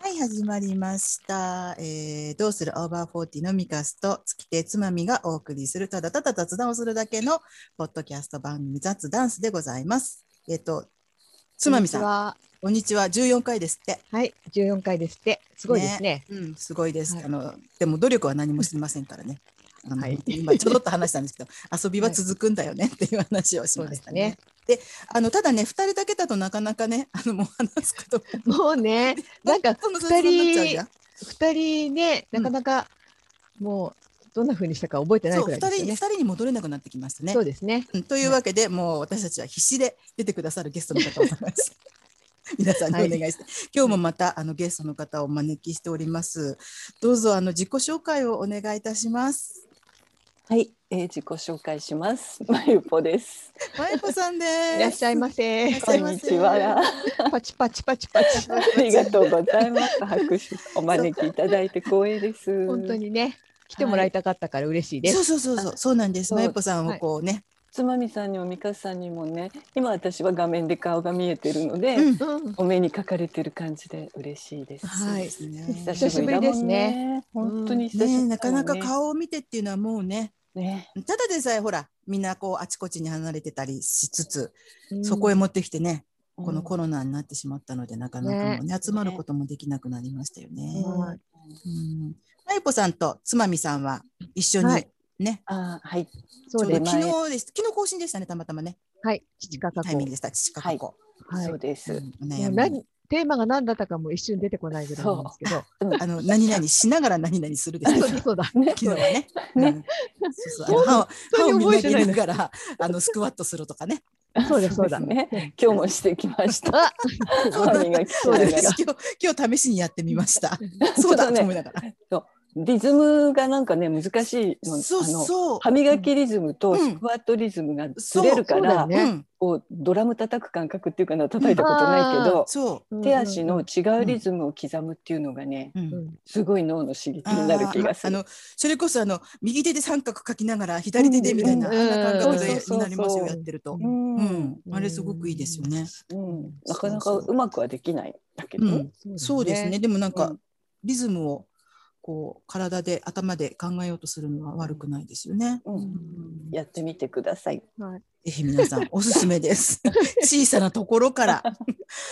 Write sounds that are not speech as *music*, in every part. はい、始まりました。えーどうするオーバーフォーティのミカスと月手つまみがお送りするただただ雑談をするだけのポッドキャスト番組雑ダンスでございます。えっ、と、つまみさん、は。こんにちは。14回ですって。はい、十四回ですって。すごいですね。うん、すごいです。はいあの、でも努力は何もしてませんから *laughs* ね。あのはい今ちょろっと話したんですけ *laughs* ど、遊びは続くんだよねっていう話をしましたね。であのただね、二人だけだとなかなかね、あのもう話すことも *laughs* もうね、なんかその雑談になっちゃうじゃん二人ね、うんなかなか。もう、どんな風にしたか覚えてないそうくら二いです人よに二ね。人に戻れなくなってきましたねそう。ですね。うんというわけで、もう私たちは必死で出てくださるゲストの方をお願いして皆さんにお願いして、今日もまたあのゲストの方をお招きしております。どうぞあの自己紹介をお願いいたします。はい、えー、自己紹介します。 *laughs* まゆぽです。まゆこさんでいす。らっしゃいま *laughs* せ。いらっしこゃいんまにせちは。あパチパチパチパチ。りがとうございます。拍手お招きいただいて光栄です。本当。にね、来てもらいたかったから嬉しいでそす。うそうそうそう、そうなんです。そうまゆこさんをこうね、つまみさんにもみかさんにもね、今私は画面で顔が見えてるので、うんうん、お目にかかれてる感じで嬉しいです。はいそう久ですね。しぶりだもんね。ぶりですね本当に久しぶりだもんねね。なかなか顔を見てっていうのはもうね、ね。ただでさえほら、みんなこうあちこちに離れてたりしつつ、そこへも。持ってきてね、このコの。ロナになってしまったので、なかなかもうね集まることもできなくなりましたよね。はいうんまゆこさんとつまみさんは一緒にね、はいあー、はい。ちょそううどです。ね昨日です昨日更新でしたねたまたまねはい、七日タイミング湖。でした父か過去、はい。そもうです。うんお悩うみ何、テーマが何だったかも一瞬出てこないぐらいなんですけど。うん *laughs* あの何々しながら何々するでしたそうだ、*laughs* そうだ。ね昨日はね。うねんそうそうあの歯を歯を本当に磨覚えてきないながらあのスクワットするとかね。そうです、そうだ。ね。今日もしてきました。あ、 *laughs* 歯磨きし私ながら今日今日試しにやってみました。そうだちょっととね思いながら。リズムがなんかね難しいのそうあのそう。歯磨きリズムとうんスクワットリズムがそずうれるかそうだら、よねうんこうドラム叩く感覚っていうかな叩いたことないけど、そ手足の違ううんリズムを刻むっていうのがね、う。うんうん。すごい脳の刺激になる気がすあーある。あのそれこそあの右手で三角書きながら左手でみたいな、うんうんあんな感覚でうんになりますよ、そうそうそうやってるとう。うんん、あれすごくいいですよね。うんんなかなかそうそううまくはできないんだけど、ううんんそうですね。。でもなんかうんリズムをこう体で頭で考えようとするのは悪くないですよね。やってみてください。ぜひ皆さんおすすめ *laughs* です。小さなところから。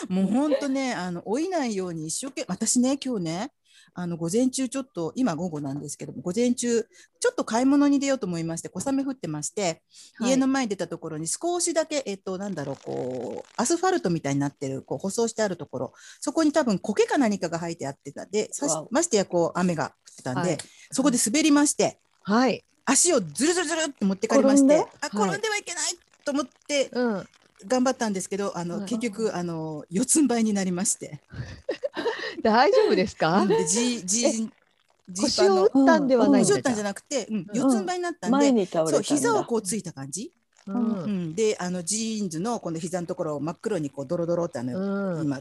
もう本当ね、あの老いないように一生懸命、私ね、今日ね、あの午前中ちょっと、今午後なんですけども、午前中、ちょっと買い物に出ようと思いまして、小雨降ってまして、はい家の前に出たところに少しだけ、えっと、なんだろう、こう、アスファルトみたいになってる、こう、舗装してあるところ、そこに多分苔か何かが生えてあってたんで、さしわおましてやこう、雨が降ってたんで、はいそこで滑りまして、はい。足をずるずるずるって持ってかれまして、転んであ転んではいけないと思ってうん。頑張ったんですけど、あのはい結局あの四つん這いになりまして、大丈夫ですなかん？で G G 腰を打ったんではないん腰だ。を打ったんじゃなくて、うん、うん四つん這いになったん前で、に倒れたそうんだ。膝をこうついた感じ、ううんん。であのジーンズのこの膝のところを真っ黒にこうドロドロってあの、うん。今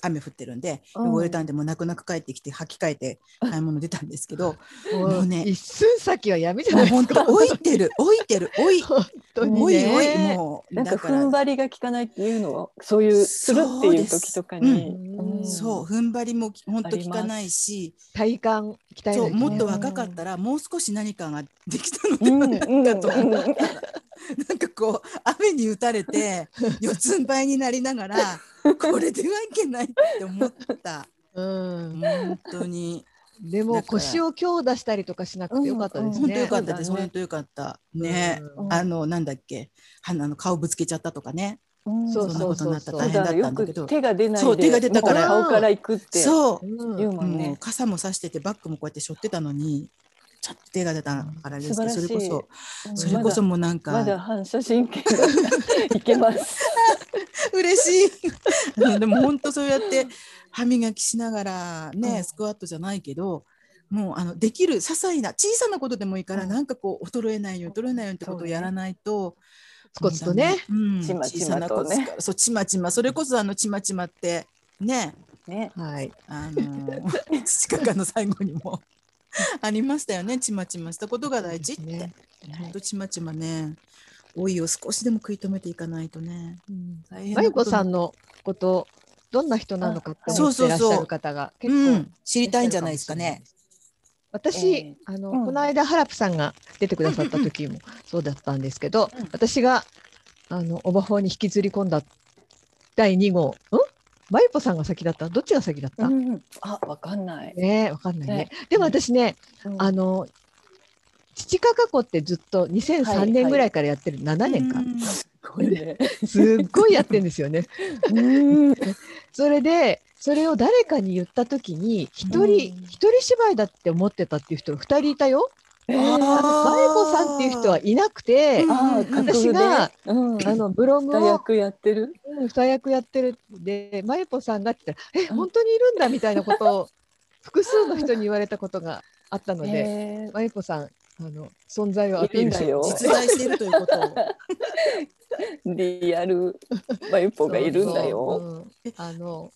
雨降ってるんでうん汚れたんでもう泣く泣く帰ってきて履き替えて買い物出たんですけど、もうね、一寸先は闇じゃもなういで本すか当。老いてる老いてる老い本当にね。老い老いもうなんかだ踏ん張りが効かないっていうのはそういうするっていう時とかに、そうですうんそう *laughs* 踏ん張りも本当効かないし、体幹鍛えそなういもっと若かったらもう少し何かができたのうでんはうんなうんかと、なんかこう雨に打たれて四つん這いになりながらこれではいけないって思ったうん。本当にでも腰を強打したりとかしなくてよかったです本当ね。よかったです、そうだね本当よかったね、うんあのなんだっけあの顔ぶつけちゃったとかねうんそうそんなことになったらそ大う変だだかっらたよんだけくど手が出ないでそう手が出たからもう顔から行くってそう言ううもんもうね。傘も差しててバッグもこうやって背負ってたのにちょっと手が出たからですけどそ素晴れらしいこそうんそれこそもうなんか、まだまだ反射神経が *laughs* いけます。嬉しい *laughs* うんでも本当そうやって歯磨きしながらね、うんスクワットじゃないけどもうあのできる些細な小さなことでもいいから、うんなんかこう衰えないように衰えないようにってことをやらないと、スコツとね。うん、ちまち小まとねさなことですからそうちまちまそれこそあのちまちまってねね。はい。あ *laughs* の近くの最後にもありましたよねちまちましたことが大事って、ねほんとちまちまね老いを少しでも食い止めていかないとね大変なまゆこことさんのことどんな人なのかってそ思うっそてうらっそうしゃる方が結う構ん、知りたいんじゃないですかね。私、ええあの、うんこの間ハラプさんが出てくださった時もそうだったんですけど、うん私があのオバホーに引きずり込んだ第2号、ん？マユポさんが先だった？どっちが先だった？うん、あ、わかんない。ねえ、わかんないね。ねでも私ね、うんあの父かか子ってずっとは2003いは年いぐらいからやってる、7年か、うんすごいね。すっごいやってるんですよね。 *laughs* うん、それでそれを誰かに言った時に一人、うん一人芝居だって思ってたっていう人が2人いたよ。えあーマリコさんっていう人はいなくて、うんあー、架空で私が、うん、あのブログ大を役やってる。うん二役やってるでまゆぽさんがって言ったら「えうん本当にいるんだ」みたいなことを *laughs* 複数の人に言われたことがあったので、えまゆぽさんあの存在をアピールしいるんだよ実在しているという *laughs* ことを。ー、リアルマユポがいるんだそうよ。そううんあの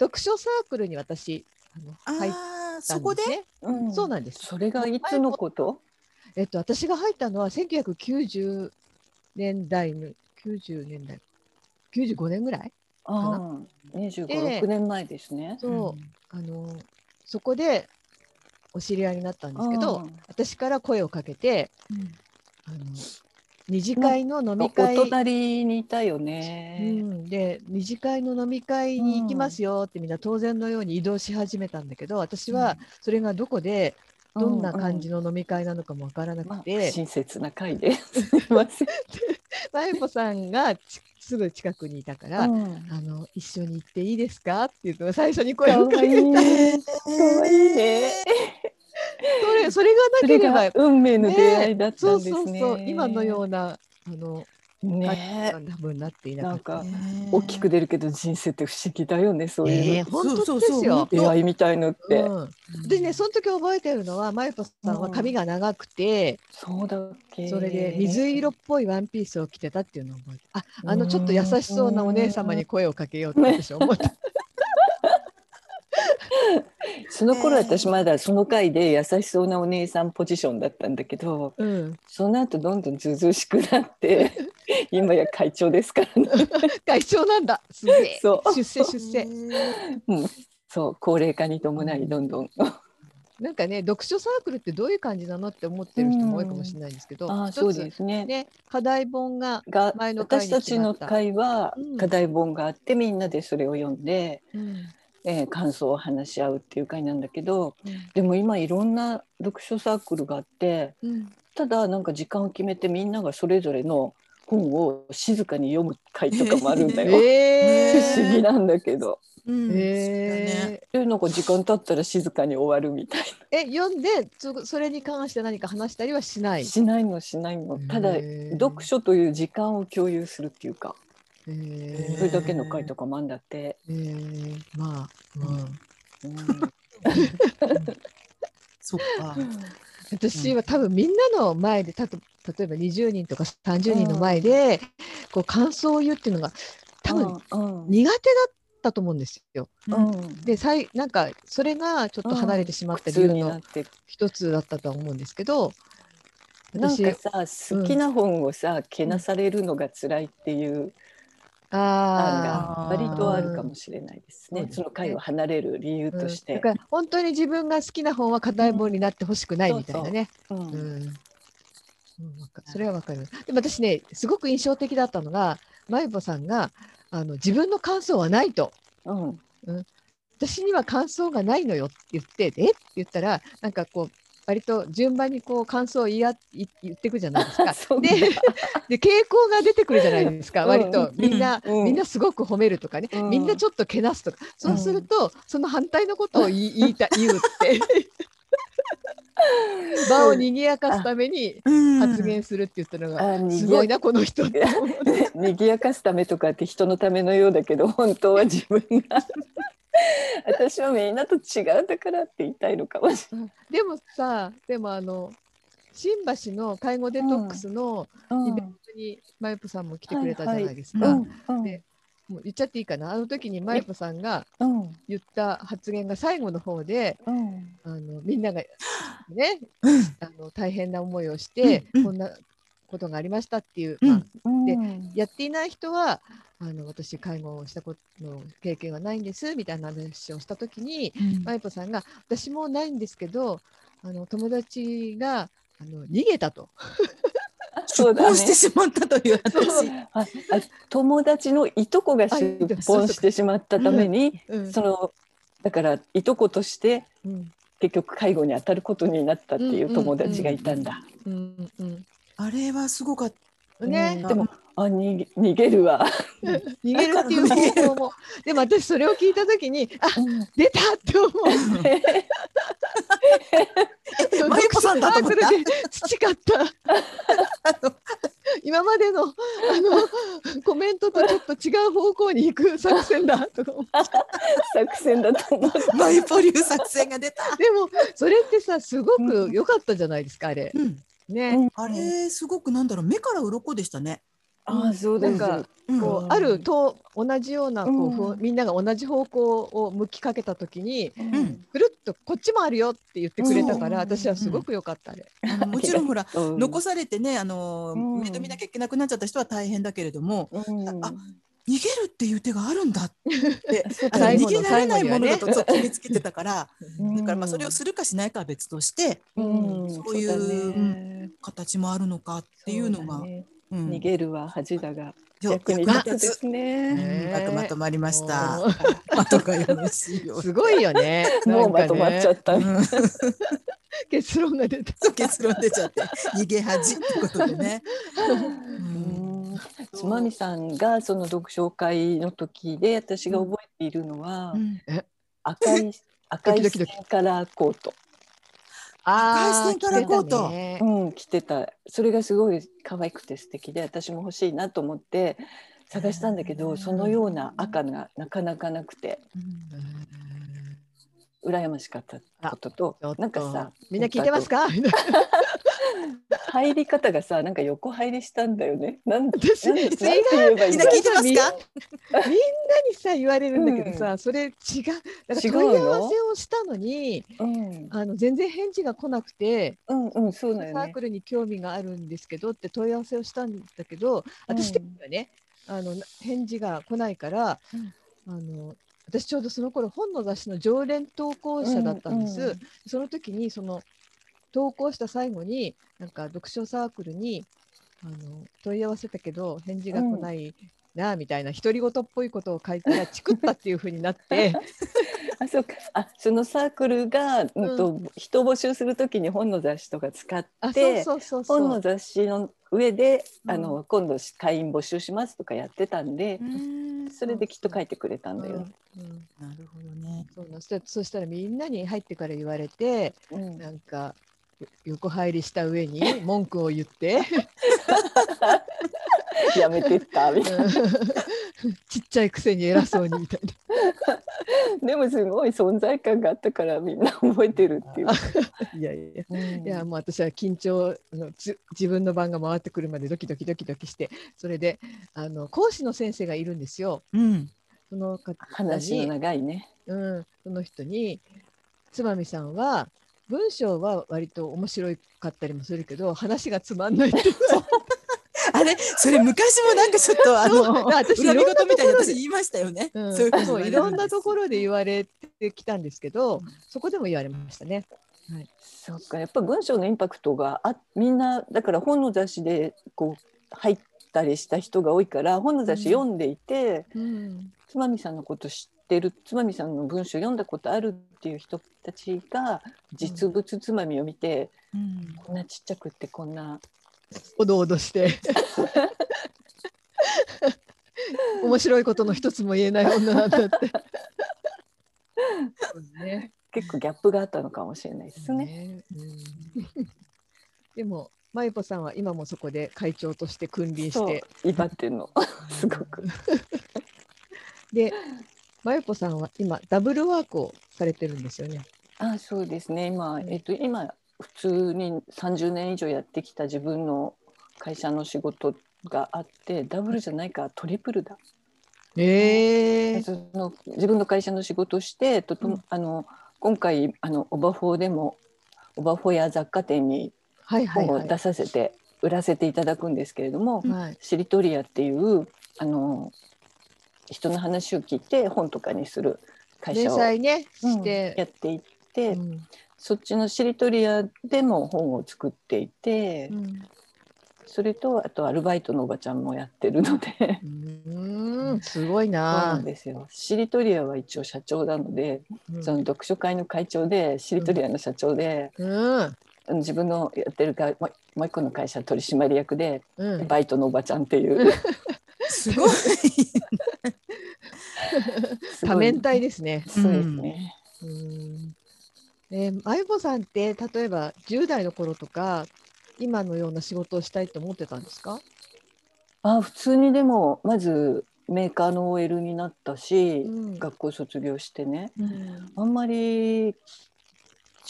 読書サークルに私あのあ入っあー、たそんこでです。ね。うんそうなんです。それがいつのこと？えっと私が入ったのは1990年代の90年代95年ぐらい。あー、二十五六年前ですね。そう。あのそこでお知り合いになったんですけど、うん私から声をかけてうんあの二次会の飲おみ会、隣にいたようね。ん、で二次会の飲み会に行きますよってみんな当然のように移動し始めたんだけど私はそれがどこでどんな感じの、の飲み会なのかもわからなまくあて、親切な会です。すみません。まゆこさんがちすぐ近くにいたから、うんあの一緒に行っていいですかっていうのが *laughs* 最初に声かをかわいけてい。かわいいね。それそれがなそけれればが運命の出会いだったそんうですね。そうそう今のようなあのね多分なっていえ。ななかんった。か大きく出るけど人生って不思議だよねそういう、え本当でそうすそうそよう。出会いみたいのって。うんでねその時覚えてるのはマユポさんは髪が長くて、そうだっけ。それで水色っぽいワンピースを着てたっていうのを覚えてああのちょっと優しそうなお姉様に声をかけようって私思った。その頃私まだその回で優しそうなお姉さんポジションだったんだけど。うん、その後どんどんずうずうしくなって今や会長ですからね会長なんだすげ *laughs* えそう出世出世。そう高齢化に伴いどんどんなんかね読書サークルってどういう感じなのって思ってる人も多いかもしれないんですけど、ああ一つそうですねね課題本が、が前の回に私たちの会はうん課題本があってみんなでそれを読んで、えー感想を話し合うっていう会なんだけどでも今いろんな読書サークルがあってうんただなんか時間を決めてみんながそれぞれの本を静かに読む会とかもあるんだよ。 *laughs* え不ー思議なんだけど。うんえでなんか時間経ったら静かに終わるみたいーえ読んでそそれに関して何か話したりはしなな。い。しないのしないの。ただ読書書という時間を共有するっていうかーそれだけの会とかもあんだって。まあ、うんそっか。私は多分みんなの前でたと例えば20人とか30人の前でこう感想を言うっていうのが多分うん苦手だったと思うんですよ。うんでさいなんかそれがちょっと離れてしまった普理通由になのって一つだったとは思うんですけどなん私かさ好きな本をさ、けなされるのが辛いっていう案あが割とあるかもしれないですね、うんその会を離れる理由ー、うんとしてだ、から本当に自分が好きな本は課題本になってほしくないみたいなね。うんうんうんわかそれはわかる。でも私ね、すごく印象的だったのが、まゆぼさんがあの自分の感想はないと、うん。私には感想がないのよって言って、えって言ったら、なんかこう、割と順番にこう感想を言いあ言言ってくじゃないですか *laughs* そうでねで傾向が出てくるじゃないですか、うん割とみんな、うんみんなすごく褒めるとかね、うんみんなちょっとけなすとか、そうすると、その反対のことを言い言いた言う *laughs* って。 *laughs* 場を賑やかすために発言するって言ったのが、あすごいになこの人って思 *laughs* ってぎやにぎやかすためとかって人のためのようだ *laughs* けど本当は自分が私はみんなと違うんだからって言いたいのかもしでもさでもあの新橋の介護デトックスのれないイベントにマユポさんも来てくれたじゃないですか、はいはいうんでもう言っちゃっていいかなあの時にマユポさんがうん言った発言が最後の方でうんあのみんながねうんあの大変な思いをして、うんうんこんなことがありましたっていう、うんまあうんでやっていない人はあの私介護をしたことの経験はないんですみたいな話をした時にうんまゆぽさんが私もないんですけどあの友達があの逃げたとそう出だ婚ねしてしまったというそう私。ああ友達のいとこが出婚してしまったためにうんそのだからいとことしてうん結局介護に当たることになったっていう友達がいたんだ。うんうんあれはすごかった。ねでもあ逃げ逃げるわ。逃げるっていう方法もでも私それを聞いた時にあ出たって思うまゆこさんだと思ったあこれで培った *laughs* あの今までのあのコメントとちょっと違う方向に行く作戦だとか思う作戦だと思う。マイポリュー作戦が出た。でもそれってさすごく良かったじゃないですかあれうん、ね、あれすごくなんだろう目から鱗でしたね。あそうでなすんかうんこううんあると同じようなこう、ふうんん、みんなが同じ方向を向きかけた時にんぐるっとこっちもあるよって言ってくれたから、うん私はすごく良かったあれ。あのもちろんほらうん残されてねあの、うん面倒見なきゃいけなくなっちゃった人は大変だけれどもうんあ逃げるっていう手があるんだってそうあの最逃後げのられ最後ないにもはのだね。とそう決めつけてたから、うんだからまあそれをするかしないかは別としてうんそういうそうだね形もあるのかっていうのそがだねうん逃げるは恥だがよ役に役立つで立つすね。うまくまとまりましたも。まとがよろしいよううに。すごいよね。もうまとまっちゃっった。うんた。結論が出た。結論出ちゃって逃げ恥ってことでね。うんうんつまみさんがその読書会の時で私が覚えているのは、うん赤い赤い *laughs* ド視キドキ点からコート、あーー赤い線からコート着てたうねん、着てたそれがすごい可愛くて素敵で私も欲しいなと思って探したんだけどそのような赤がなかなかなくてうん羨ましかったこととちょっとなんかさみんな聞いてますか？ *laughs* 入り方がさなんか横入りしたんだよね。なんで私なんて違なんて言えばいいみんんなだろ聞いてますか？みんなにさ言われるんだけどさ、それ違う。だから問い合わせをしたのに、ううんあの全然返事が来なくて、うんうんそうだサよーね。クルに興味があるんですけどって問い合わせをしたんだけど、私的にはね、あのな返事が来ないから、あの私ちょうどその頃本の雑誌の常連投稿者だったんです。うんうんその時にその投稿した最後になんか読書サークルにあの問い合わせたけど返事が来ないなあみたいな独り言っぽいことを書いたらチクったっていうふうになってあそうかあそのサークルが、うんと人募集するときに本の雑誌とか使って *laughs* あそうそうそうそう本の雑誌の上で、うんあの今度会員募集しますとかやってたんで、それできっと書いてくれたんだよ。うんうんなるほどね。そうなんそそしたらみんなに入ってから言われてうんなんかよ横入りした上 *laughs* に文句を言って、やめてったみたい *laughs* ちっちゃいくせに偉そうにみたいな。な *laughs* でもすごい存在感があったからみんな覚えてるっていう。いやいやうんいやもう私は緊張あのつ自分の番が回ってくるまでドキドキドキドキしてそれであの講師の先生がいるんですようん。その方話のに、長いね。うん、その人につまみさんは文章は割と面白かったりもするけど話がつまんないってあれそれ昔もなんかちょっとあそうの私恨み事みたいにいろんなところで私言いましたよね。うんそういうこと言そわうれいるろんなところ。ろで言われてきたんですけど、そこでも言われましたね。そっかやっぱ文章のインパクトがあみんなだから本の雑誌でこう入ったりした人が多いから本の雑誌読んでいて。うん、つまみさんのこと知ってるつまみさんの文章読んだことあるっていう人たちが実物つまみを見て、うんこんなちっちゃくってこんなおどおどして。面白いことの一つも言えない女なんだって。そうね。結構ギャップがあったのかもしれないですね。うんでも、まゆぽさんは今もそこで会長として君臨し *laughs* そうて。威張ってんのすごく。で、まゆぽさんは今ダブルワークをされてるんですよね。あそうですね今、んえっと、今普通に30年以上やってきた自分の会社の仕事があってダブルじゃないかトリプルだえその自分の会社の仕事をしてととも、うんあの今回あのオバフォーでもオバフォーや雑貨店にはいはい、本はをい出。させて売らせていただくんですけれども、はい。しりとりやっていうあの人の話を聞いて本とかにする会連社を、載ね、うんして。やっていって、うんそっちのしりとり屋でも本を作っていて、うんそれとあとアルバイトのおばちゃんもやってるので、そうーん、すごいうな。なんですよしりとり屋は一応社長なので、うんその読書会の会長でしりとり屋の社長で、うん、自分のやってる会もうもう一個の会社取締役で、うん、バイトのおばちゃんっていうすごい。すごい多面体ですね。そうですね。うんえー、あゆぼさんって例えば10代の頃とか今のような仕事をしたいと思ってたんですか、あ普通にでもまずメーカーの OL になったし、うん学校卒業してね、うんあんまり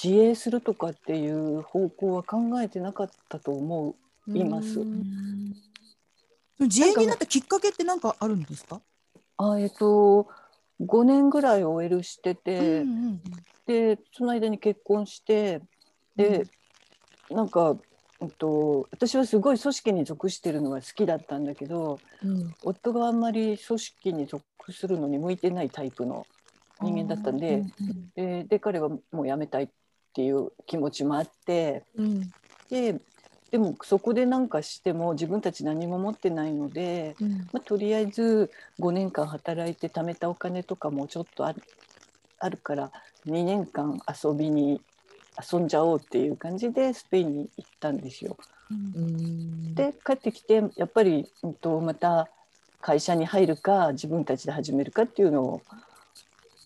自営するとかっていう方向は考えてなかったと思う。いますうん自営になったきっかけって何かあるんですか？あえっと5年ぐらい OL してて、うんでその間に結婚してで、なんか、えっと、私はすごい組織に属してるのは好きだったんだけどうん夫があんまり組織に属するのに向いてないタイプの人間だったんで,、でで彼はもう辞めたいっていう気持ちもあって。うんででもそこで何かしても自分たち何も持ってないので、うんまあ、とりあえず5年間働いて貯めたお金とかもちょっとあるあるから2年間遊びに遊んじゃおうっていう感じでスペインに行ったんですよ。うんで帰ってきてやっぱり、うん、とまた会社に入るか自分たちで始めるかっていうのを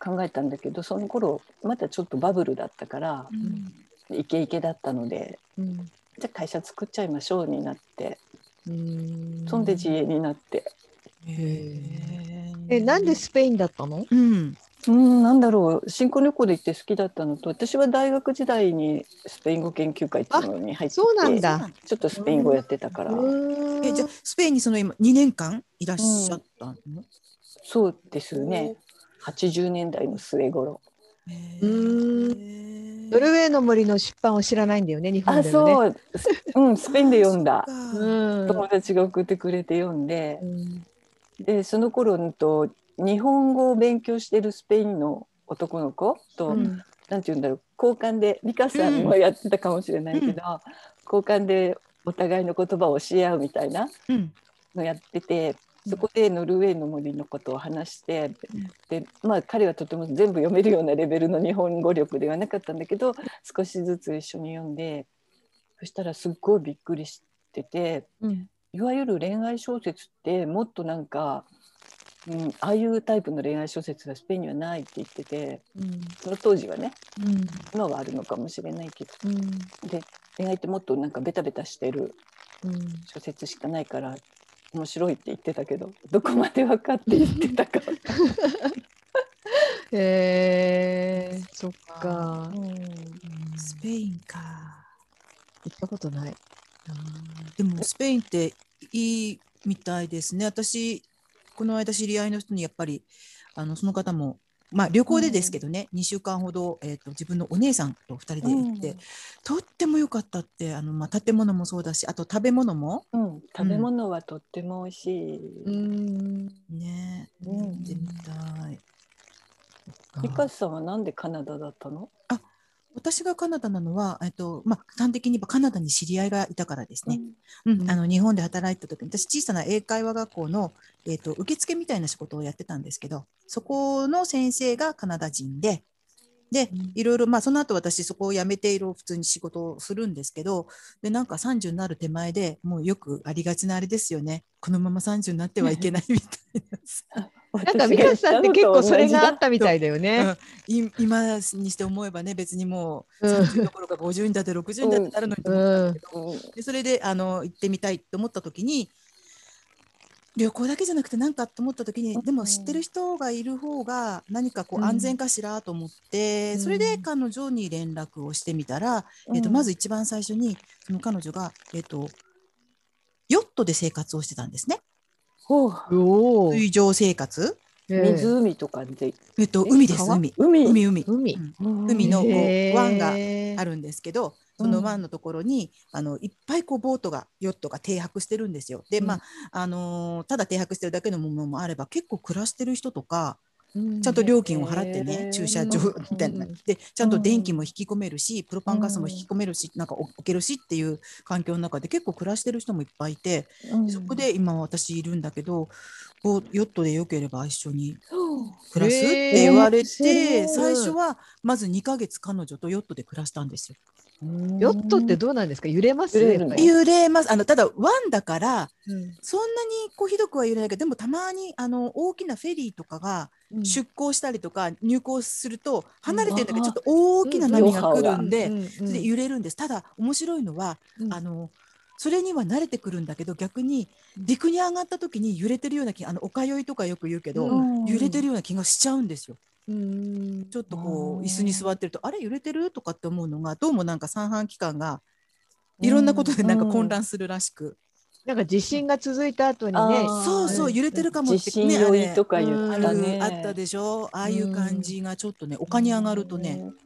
考えたんだけどその頃またちょっとバブルだったからんイケイケだったのでうんじゃあ会社作っちゃいましょうになってうんそんで自営になってえなんで？スペインだったのうん。うんなんだろう新婚旅行で行って好きだったのと私は大学時代にスペイン語研究会っていうのに入っててそうなんだちょっとスペイン語やってたから、うんえじゃあスペインにその今2年間いらっしゃったの？そうですね80年代の末頃へうーノルウェーの森の出版を知らないんだよね日本あでもね。そう、うん、スペインで読んだそっかうん友達が送ってくれて読んでうんでその頃うんと日本語を勉強してるスペインの男の子と、うんなんて言うんだろう交換でリカさんもやってたかもしれないけど、うん交換でお互いの言葉を教え合うみたいなうんのやっててそこでノルウェーの森のことを話してで、まあ、彼はとても全部読めるようなレベルの日本語力ではなかったんだけど少しずつ一緒に読んでそしたらすっごいびっくりしててうんいわゆる恋愛小説ってもっとなんか、うん、ああいうタイプの恋愛小説がスペインにはないって言っててその当時はねうん今はあるのかもしれないけどうんで恋愛ってもっとなんかベタベタしてるうん小説しかないから面白いって言ってたけどどこまで分かって言って *laughs* たかへえそっか。スペインか。行ったことない。でもスペインっていいみたいですね。私この間知り合いの人にやっぱりあのその方もまあ旅行でですけどね、2週間ほど、えー、と自分のお姉さんと2人で行って、とっても良かったってあの、まあ、建物もそうだしあと食べ物もうん、食べ物はとっても美味しい、ん。ねうん行ってみたいリカさんはなんでカナダだったの、私がカナダなのは、えっとまあ、端的に言えばカナダに知り合いがいたからですね、うんうんあの日本で働いてた時に私小さな英会話学校の、えー、と受付みたいな仕事をやってたんですけどそこの先生がカナダ人ででうんいろいろまあその後私そこを辞めていろいろ普通に仕事をするんですけどでなんか30になる手前でもうよくありがちなあれですよねこのまま30になってはいけないみた *laughs* いなさなんか美香さんって結構それがあったみたいだよね。い今にして思えばね別にもううん30どころか50にだって60にだってなるのにと思ったんだけど、うんでそれであの行ってみたいと思った時に旅行だけじゃなくて何かと思った時にでも知ってる人がいる方が何かこううん安全かしらと思って、うんそれで彼女に連絡をしてみたら、えっとまず一番最初にその彼女が、えっとヨットで生活をしてたんですねほうおお。水上生活湖とかでえっと海です川海海海海海うん海海のこうへー湾があるんですけどその湾うんのところに、あのいっぱいこうボートがヨットが停泊してるんですよ。で、うんまああのーただ停泊してるだけのものもあれば結構暮らしてる人とかうんちゃんと料金を払ってね、へー駐車場みたいなうんでちゃんと電気も引き込めるしプロパンガスも引き込めるし、なんか置けるしっていう環境の中で結構暮らしてる人もいっぱいいて、そこで今私いるんだけどボヨットでよければ一緒に暮らすっへーて言われて、面白い最初はまず2ヶ月彼女とヨットで暮らしたんですよ。ヨットってどうなんですか揺れます揺れるのやっぱり揺れますあのただ湾だからうんそんなにこうひどくは揺れないけどでもたまにあの大きなフェリーとかがうん出港したりとか入港すると離れてるんだけどちょっと大きな波が来るんでうんうんで揺れるんです。ただ面白いのはうんあのそれには慣れてくるんだけど逆にうん陸に上がった時に揺れてるような気あのおかゆいとかよく言うけど、うん揺れてるような気がしちゃうんですよ。うんちょっとこあうー椅子に座ってるとあれ揺れてるとかって思うのがどうもなんか三半規管がいろんなことでなんか混乱するらしく、なんか地震が続いた後にねあーそうそううん揺れてるかも地って震酔いとねか言あっれあたるねあったでしょああいう感じがちょっとね丘に上がるとね、うん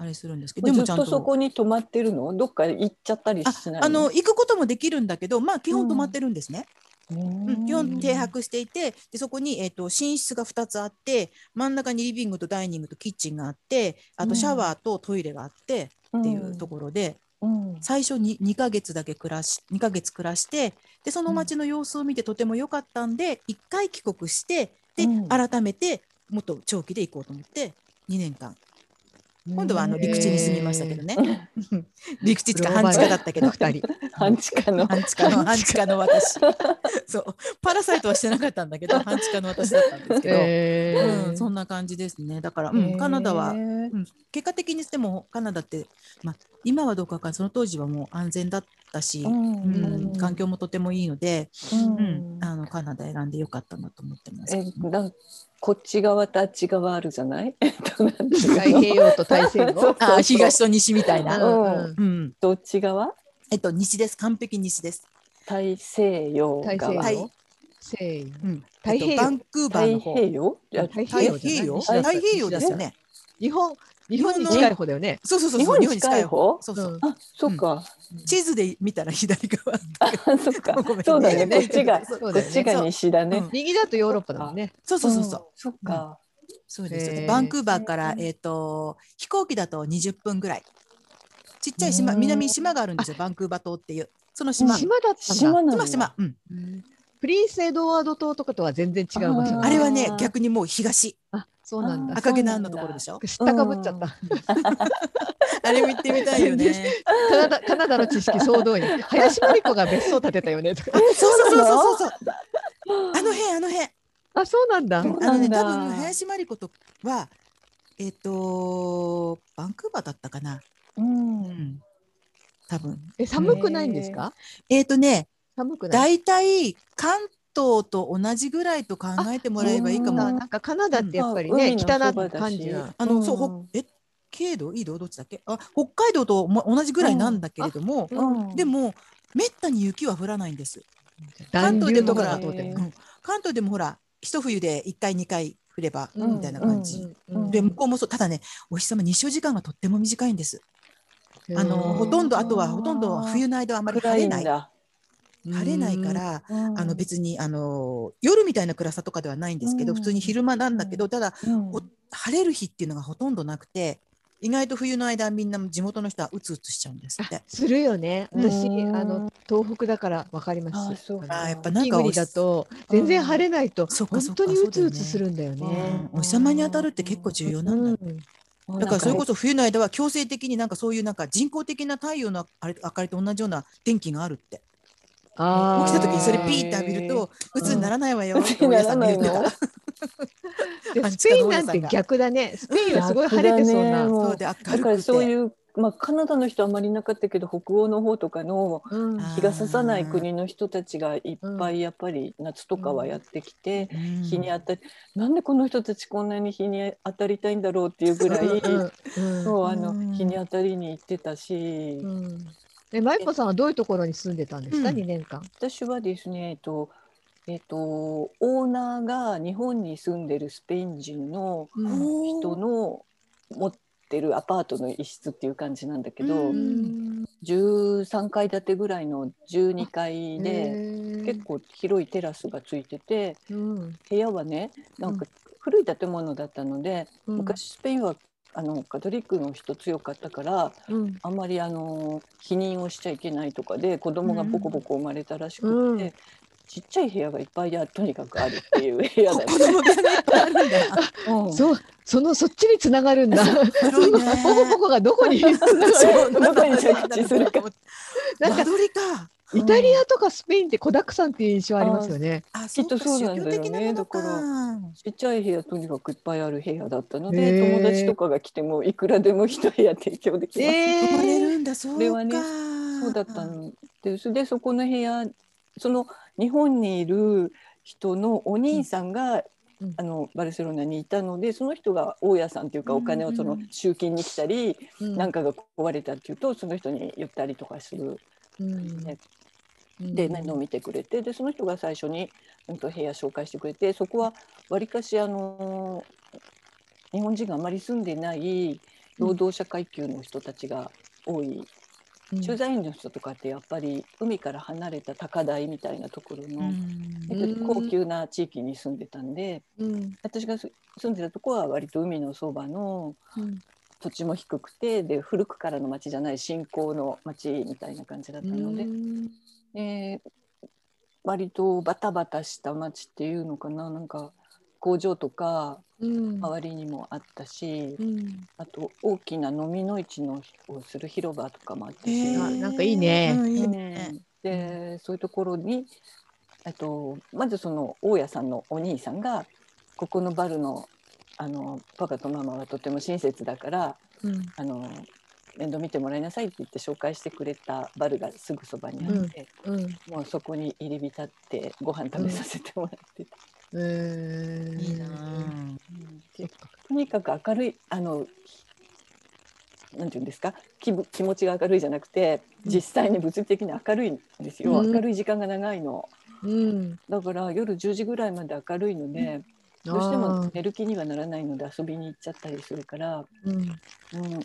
あれするんですけどででももずちゃっんとそと。こに泊まってるのどっか行っちゃったりあしないあの行くこともできるんだけど、まあ、基本止まってるんですね。うん、基本停泊していてでそこに、えー、と寝室が2つあって真ん中にリビングとダイニングとキッチンがあってあとシャワーとトイレがあってっっていうところで、ろ、うん最初に2ヶ月だけ暮らし2ヶ月暮らしてでその町の様子を見てとても良かったんで1回帰国してでうん改めてもっと長期で行こうと思って2年間今度はあのへー陸地に住みましたけどねう *laughs* 陸地地か半地下だったけど二人半地下の半地下の半地下の *laughs* 私そうパラサイトはしてなかったんだけど半地下の私だったんですけど、えうん、そんな感じですねだから、うん、カナダは結果的にしてもカナダって、まあ、今はどうかわかんないその当時はもう安全だったし、 *laughs* うんうん環境もとてもいいので、うんうん、あのカナダ選んでよかったなと思ってます。えなんこっち側とあっち側あるじゃない *laughs* えっとなんていう太の平洋と大 *laughs* 西洋そうあー東と西みたいな、うんうんうん、どっち側えっと西です完璧西です。大西洋大側は西い洋西洋うん、太平洋えっとバンクーバー太の方平洋いや太平太洋平洋じゃ太ない平洋ですよね。日本日本に日本の近い方だよねそうそうそう日そう本に近い方そうそう、うんあそっか、地図で見たら左側だけど *laughs* あそっか *laughs* ごめんねそうだねこっちが、そうこだっよちねが西だねそう右だとヨーロッパだもんねそうそうそうそう、んそっか、そうですよへーバンクーバーから、えー、と飛行機だと20分ぐらいちっちゃい島うん南に島があるんですよバンクーバー島っていうその島島島だったんだ島なんだ島うん、プリンスエドワード島とかとは全然違う場所あーあれはね逆にもう東あそうなんだあ赤毛のアンのところでしょ知ったかぶっちゃったあれ見てみたいよねカナダカナダの知識総動員林真理子が別荘建てたよねとかそうそうそうそうそううんあの辺あの辺あそうなんだそうあなのねんだ多分林真理子とはえっ、とバンクーバーだったかなうんうん多分え寒くないんですかえっ、とね寒くな大い体関東と同じぐらいと考えてもらえばいいかあもうなんかカナダってやっぱりねうん北な感じがあの、そう、うほん、え、軽度、緯度、どっちだっけ、あ、北海道と、ま、同じぐらいなんだけれども。うんでも、めったに雪は降らないんです。暖関東で流もとほからだとってうん関東でも、ほら、一冬で一回、二回降れば、うんみたいな感じ。うんで向こうもそうただねお日様日照時間がとっても短いんです。あのへーほとんどあとはほとんど冬の間はあまり晴暗れいんないだ。晴れないからああの別にあの夜みたいな暗さとかではないんですけどうん普通に昼間なんだけどただうんお晴れる日っていうのがほとんどなくて意外と冬の間みんな地元の人はうつうつしちゃうんですって。するよねうん私あの東北だからわかりますあそうあかーやっぱなん雪かお国日だと全然晴れないとそっか本そっか当にうつうつするんだよそうだよねね。お日様に当たるって結構重要なんだ、うんだからそれこそそ冬の間は強制的になんかそういうなんか人工的な太陽のあれ明かりと同じような天気があるってあー起きた時にそれピーって浴びるとうつにならないわよってうん大家さんが言ってならなた。でスペインなんて逆だね。スペインはすごい晴れてそうな。もそううで明だるからくそうていうまあカナダの人あまりいなかったけど北欧の方とかのうんあ日が差さない国の人たちがいっぱいやっぱり夏とかはやってきて。うん日に当たりなんでこの人たちこんなに日に当たりたいんだろうっていうぐらい、うんそうあうのん日に当たりに行ってたし、うんえ、マイコさんはどういうところに住んでたんですか？うん二、年間。私はですね、えっと、えっと、オーナーが日本に住んでるスペイン人のうん人の持ってるアパートの一室っていう感じなんだけど、うん13階建てぐらいの12階で、結結構広いテラスがついてて構部屋はねなんか古い建物だったので、昔スペインはあのカトリックの人強かったからうんあんまりあの避妊をしちゃいけないとかで子供がボコボコ生まれたらしくて、うんうんちっちゃい部屋がいっぱいでとにかくあるって *laughs* いう部屋だった子供がねいっぱいあるんだ。うんそうそのそっちに繋がるんだ。 *laughs* そ広いねのボコボコがどこに繋がるそうどこに着地するか。 *laughs* なん間か取りか。イタリアとかスペインって子だくさんっていう印象ありますよね。あ、きっとそうなんだよね宗教的ものかだからちっちゃい部屋とにかくいっぱいある部屋だったへのでー友達とかが来てもいくらでも一部屋提供できます、生まれえるんだ、そうれはねか。そうだったんですでそこの部屋その日本にいる人のお兄さんが、うんあのバルセロナにいたのでその人が大家さんっていうかお金をそうんのうんうん集金に来たり、ーなんかが壊れたっていうとその人に言ったりとかする、うんねうんで面倒見てくれてでその人が最初に、うん、と部屋紹介してくれてそこはわりかしあのー日本人があまり住んでない労働者階級の人たちが多い、うん駐在員の人とかってやっぱり海から離れた高台みたいなところうの、ん。うん割と高級な地域に住んでたんでうん私がす住んでたとこは割と海のそばのうん土地も低くてで古くからの町じゃない新興の町みたいな感じだったので、えー割とバタバタした町っていうのかななんか工場とかうん周りにもあったし、うんあと大きな飲みの市のをする広場とかもあったし、へあーなんかいいねうんいいうんね。でそういうところにえっとまずその大家さんのお兄さんがここのバルのあのパパとママはとても親切だからうんあの面倒見てもらいなさいって言って紹介してくれたバルがすぐそばにあって、うんもうそこに入り浸ってご飯食べさせてもらってた、えーいいな。そっでかとにかく明るいあのなんていうんですか気分気持ちが明るいじゃなくてうん実際に物理的に明るいんですよ、うん明るい時間が長いのうんだから夜10時ぐらいまで明るいので、どうしてあもー寝る気にはならないので遊びに行っちゃったりするから、うんうん、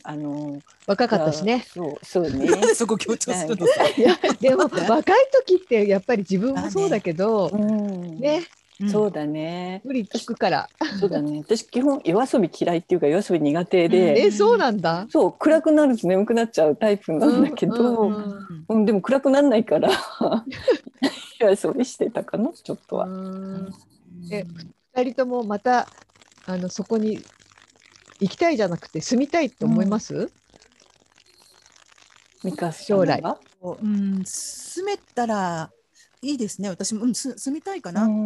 あの若かったしね。そうそ *laughs* うねそこ強調するの。いやでも *laughs* 若い時ってやっぱり自分もそうだけどうんねそううだね。無理聞くから。そうだね。私基本夜遊び嫌いっていうか夜遊び苦手で、えそうなんだ。そう暗くなると眠くなっちゃうタイプなんだけど、うんううんんでも暗くならないから *laughs* 夜遊びしてたかなちょっとは。うんん。え二人ともまたあのそこに行きたいじゃなくて住みたいって思います？ミカ将来は、うん、住めたらいいですね。私も、うん、す住みたいかうな。うん、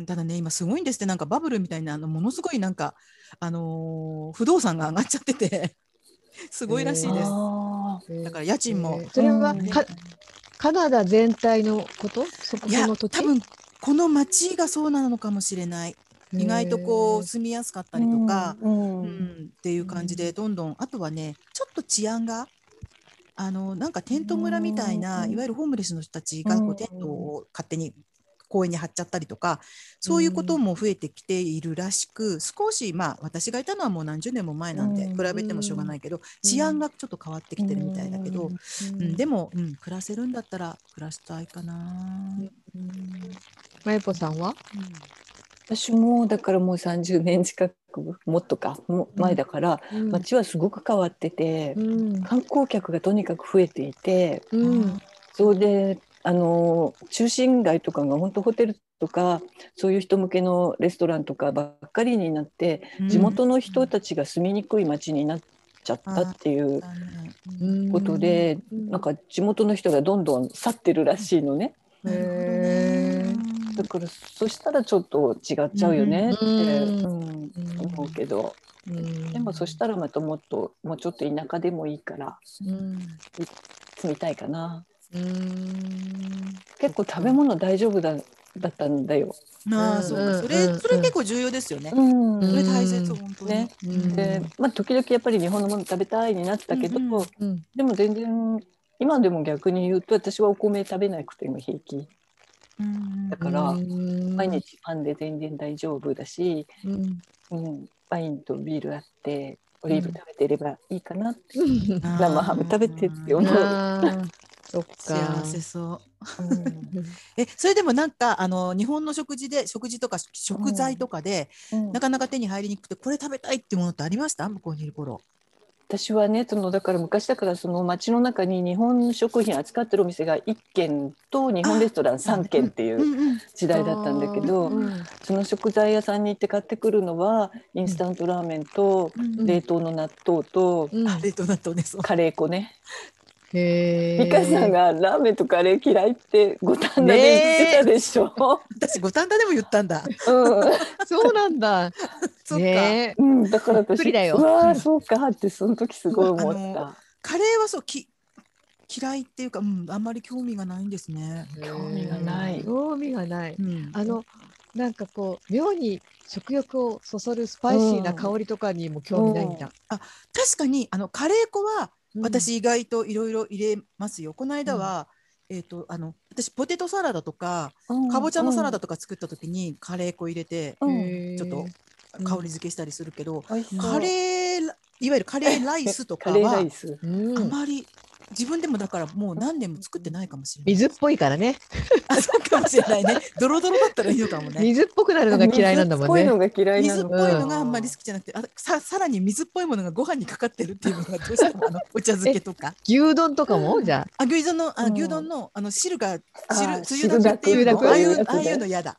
ん、ただね、今すごいんですって、なんかバブルみたいな、あのものすごいなんか、あのー不動産が上がっちゃってて、すごいらしいです。あだから家賃もえーそれはうんかカナダ全体のこと？そこいや、の多土地？分この町がそうなのかもしれない。意外とこう、住みやすかったりとか、ーうんうんっていう感じで、どんどん、あとはね、ちょっと治安が、あのなんかテント村みたいな、うんいわゆるホームレスの人たちがこうんうテントを勝手に公園に張っちゃったりとか、そういうことも増えてきているらしく、少し、まあ、私がいたのはもう何十年も前なんで、うん比べてもしょうがないけど、治安がちょっと変わってきてるみたいだけど、うんうんでも、うん、暮らせるんだったら暮らしたいかな。マユポさんは？私もだからもう30年近くもっとかもう前だから、街はすごく変わってて、うん観光客がとにかく増えていて、うんそうであの中心街とかが本当ホテルとかそういう人向けのレストランとかばっかりになってうん地元の人たちが住みにくい町になっちゃったっていうだねうんことで、うんなんか地元の人がどんどん去ってるらしいのねへなるほどえねだからそしたらちょっと違っちゃうよねって、ううん思うけどでもそしたらまたもっともうちょっと田舎でもいいからうん住みたいかなうん結構食べ物大丈夫だだったんだよ。ああ、そううんうか、んそうんれ、それ結構重要ですよね。うんそれ大う切、ん本当にね。うんで、まあ、時々やっぱり日本のもの食べたいになったけど、うんうんうんでも全然今でも逆に言うと私はお米食べなくても平気だからうん毎日パンで全然大丈夫だし、うんうん、ワインとビールあってオリーブ食べてればいいかなって、 *laughs* 生生ハム食べてって思うあーそっか幸せそう。うえ、それでもなんかあの日本の食事で食事とか食材とかで、んなかなか手に入りにくくてこれ食べたいってものってありました？向こうにいる頃。私はねそのだから昔だからその町の中に日本食品扱ってるお店が1軒と日本レストラン3軒っていううんうん。時代だったんだけあどーうんその食材屋さんに行って買ってくるのはインスタントラーメンとうん冷凍の納豆とうんあ、冷凍納豆ね。そう。カレー粉ね。へー美香 *laughs* さんがラーメンとカレー嫌いって五反田で言ってたでしょ。私五反田でも言ったんだ。そうなんだ。 *laughs* そっか。ねえうん、うん、だかびらっく私りだようわあそうかってその時すごい思うんっあた。カレーはそうき嫌いっていうか、うん、あんまり興味がないんですね。興味がない興味がない。うん、あのなんかこう妙に食欲をそそるスパイシーな香りとかにも興味ないんだ。確かにあのカレー粉はうん、私意外といろいろ入れますよ。この間は、えっ、とあの私ポテトサラダとかかぼちゃのサラダとか作った時にカレー粉入れてうん、うんへーちょっとうん香り付けしたりするけど、美味しそうカレーいわゆるカレーライスとか *laughs* カレーラはイス。うんあまり自分でもだからもう何年も作ってないかもしれない。 *laughs* 水っぽいからね。あそうかもしれないね。ドロドロだったらいいのかもね。水っぽくなるのが嫌いなんだもんね。水っぽいのが嫌いな水っのぽいのがあんまり好きじゃなくて、あささらに水っぽいものがご飯にかかってるっていうのがどうしてもあのお茶漬けとか牛丼とかもじゃあ牛丼のあうん牛丼のあの汁があ汁ーつゆだくっていう汁のだくああいう汁だくああいうの嫌だ、あ。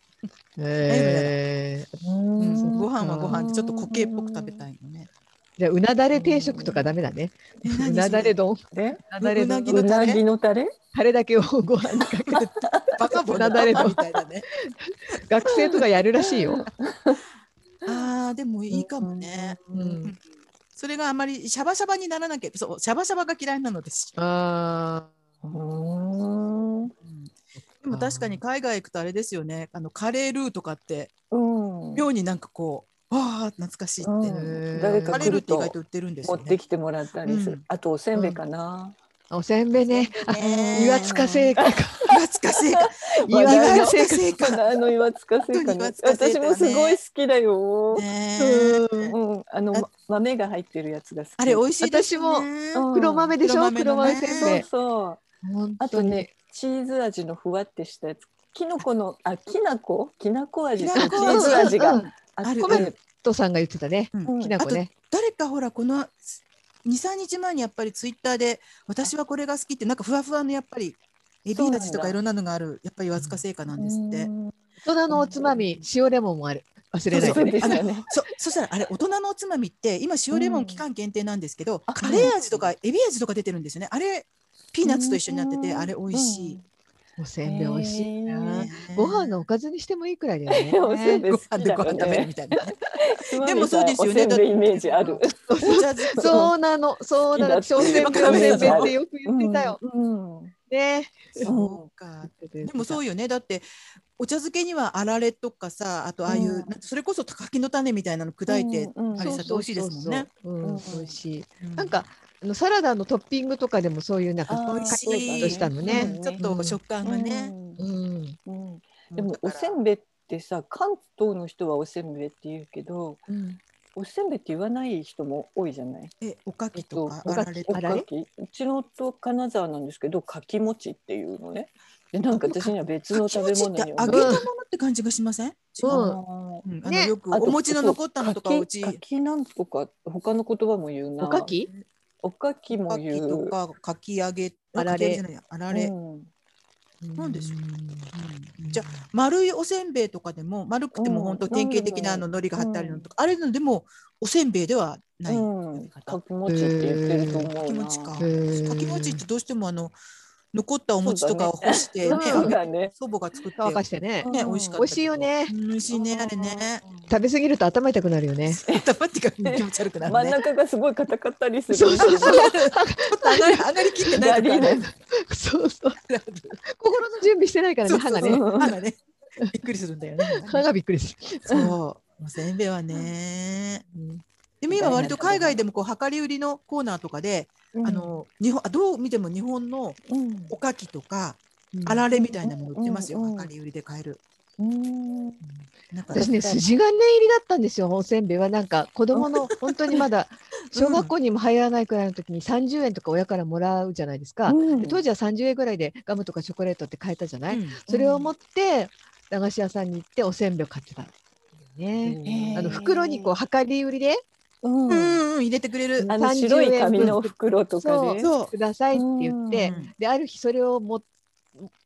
へーうんご飯はご飯でちょっとうん固形っぽく食べたいのねじゃあうなだれ定食とかダメだね。えう何なだれそ丼。うでなだれうなぎ丼。のうなぎのタレタレだけをご飯にかけてれバカボンうなだれ丼みたいだね学生とかやるらしいよ。あーでもいいかもね、うんうんそれがあまりシャバシャバにならなきゃそうシャバシャバが嫌いなのです、あうんうんでも確かに海外行くとあれですよねあのカレールーとかってうん妙になんかこうああ懐かしいって、へー誰カかレー来ルーるって意外とと売ってるんです持よってね。きてもらったりすうるん。あとおせんべいかな。あ。おせんべ *laughs* いね。あ岩塚製菓か。岩塚製菓。岩岩塚塚製製こ菓。のあの岩塚本当製菓にね岩。塚製私菓ねもすごい好きだよ。ねえうんうん、あのあま豆が入ってるやつが好き。あれ美味しいですよね。私もうん黒豆でしょ。黒黒豆の豆ねせんそべうい。そう。本あ当とにね、チーズ味のふわってしたやつ。きのこの、あ、きなこ、きなこ味ときチなこーズ味うんうがんああってる。あるとさんが言ってたね。うんきなこね。誰かほらこの二三日前にやっぱりツイッターで私はこれが好きってなんかふわふわのやっぱりエビ味とかいろんなのがあるやっぱり岩塚製菓なんですって。大人のおつまみ、塩レモンもある。忘れなそういでで。すよね。そそしたらあれ大人のおつまみって今塩レモン期間限定なんですけど、あカレー味とかエビ味とか出てるんですよねあれピーナッツと一緒になっててあれ美味しい、おせんべい美味しいなね。ご飯のおかずにしてもいいくらいだようん。 *laughs* おせんね。べいご好き飯だでご飯よ食べる *laughs* ね。みたいなねででももそそううでですすよねよね。おせんべいイメージあおる。茶 *laughs* 漬けそうなの、そうなの、小せんべい、黒せんべいってよく言ってたよ。うん。うんね。そうかでもそうよねだってお茶漬けにはあられとかさあとああいう、うんなんかそれこそ柿の種みたいなの砕いて、うんうんあれさ美味しいですもんね。そうそうそうそううんうん、美味しい。うなんか、あのサラダのトッピングとかでも、そういうなんか、あー美カ味しリッいとしたのね。うんちょっと食感がね、うん。うんでもおだかせらんべいってさ、関東の人はおせんべいって言うけど、うん。おせんべいって言わない人も多いじゃない。えおかえきっと、とおかかあらきれ、とおかかき、うちのと金沢なんですけど、かき餅っていうのね。で、なんか私には別の柿食べ餅っ物て揚にげ思たう。ものって感じがしません、違ううんうんあのねよくあとお餅の残ったのとかそううちかきかきなんとか、他の言葉も言うな。おか。き。おかきおもか言きとう。かかき揚げあらかれき揚げじゃないやあられ、うんなんでしょううじゃあ丸いおせんべいとかでも丸くてもうん本当典型的なあの海苔が貼ってあるのとか、あれのでもおせんべいではない、うん、かき餅って言ってると思うな。かき餅かへーかき餅ってどうしてもあの残ったお餅とかを干してねそうだねあそうげだね。祖母が作って乾かしてね。ねうん美味しかったけど美味しいよねうん美味しいねあれね食べ過ぎると頭痛くなるよね。 *laughs* 頭ってか気持ち悪くな真る *laughs* んね中がすごい硬かったりする。そうそうそう。ちょっと上がり上がりきってないとかねそうそう。心の準備してないからそうね、そう歯がそね。う歯がねびっくりするんだよね歯がびっくりする。そうおせんべいはねでも今割と海外でもこう量り売りのコーナーとかで、うんあ、の日本あどう見ても日本のうんおかきとかあられみたいなもの売ってますよ。うんうんうん量り売りで買える。うんなんか私ね、筋金入りだったんですよ、おせんべいは。なんか、子供の、本当にまだ、小学校にも入らないくらいの時に30円とか親からもらうじゃないですか。で当時は30円ぐらいでガムとかチョコレートって買えたじゃない、うんそれを持って、駄菓子屋さんに行っておせんべいを買ってた。ね、へーあの袋にこう、量り売りでうんうんうん入れてくれる。あの白い紙の袋とかそうで、そうく。ださいって言って、うんで、ある日それをも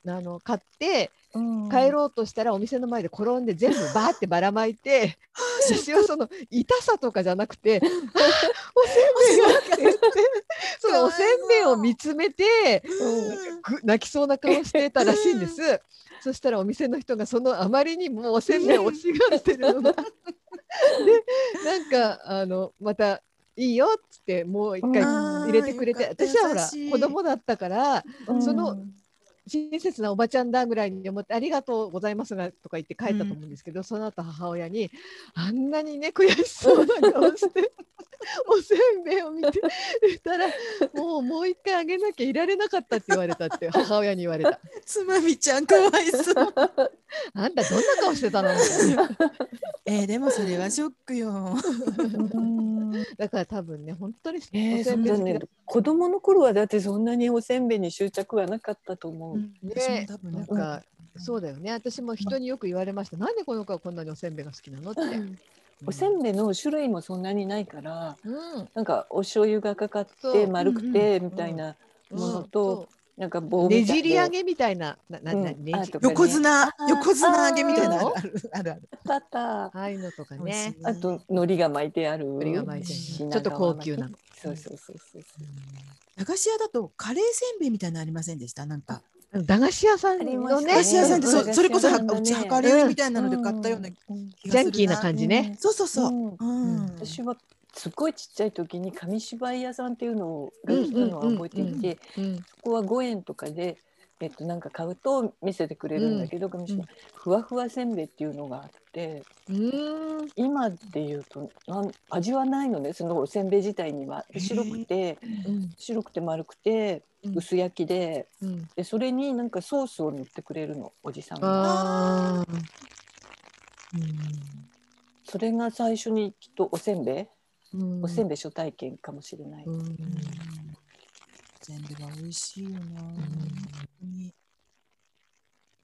あの買ってうん帰ろうとしたらお店の前で転んで全部バーってばらまいて私はその痛さとかじゃなくておせんべいがって言ってそのおせんべいを見つめてうんぐ泣きそうな顔してたらしいんです。そしたらお店の人がそのあまりにもおせんべいを惜しがってる *laughs* のがでなんかあのまたいいよっつってもう一回あー入れてくれてよかった私はほら優しい子供だったからうんその親切なおばちゃんだぐらいに思って「ありがとうございますが」とか言って帰ったと思うんですけど、その後母親にあんなにね悔しそうな顔して *laughs* おせんべいを見てたらもうもう一回あげなきゃいられなかったって言われたって母親に言われたつまみちゃんかわいそう。あんたどんな顔してたのみたいな *laughs* えーでもそれはショックよ。うんだから多分ね本当におせんえべーいそ好んきだなね子供の頃はだってそんなにおせんべいに執着はなかったと思う。ね私も多分ななんんかか、そうだよね私も人によく言われましたなんでこの子はこんなにおせんべいが好きなのって、おせんべいの種類もそんなにないからうんなんかお醤油がかかっそうて丸くてみたいなものとなんか棒みたいねなじり上げみたいな、な、な、な、うんねあじと。かね横綱ー横綱揚げみたいなあのーあるあるある。バターああいうのとか美味ねしい。ねあと海苔が巻いてある海苔が巻いてある品ちょっと川高級なの。そうそうそうそう駄菓子屋だとカレーせんべいみたいなのありませんでしたなんかうん駄菓子屋さんありまのすね駄菓子屋さんってうそんうそれこそは駄菓子屋さんだねうち量り売りみたいなので買ったような気ジがャするンキーな感じね。そうそうそうう。んうん。私はすごいちっちゃい時に紙芝居屋さんっていうのをが来たのは覚えていうんうんうんうてうんここは5円とかで、えっと、なんか買うと見せてくれるんだけど、紙芝居ふわふわせんべいっていうのがあってうーん。今で言うとなん味はないのねそのおせんべい自体にはへー白くてうん白くて丸くてうん薄焼きでうん。でそれになんかソースを塗ってくれるのおじさんがああ。それが最初にきっとおせんべいうんおせんべい初体験かもしれない。うんせんべいは美味しいよな。本当に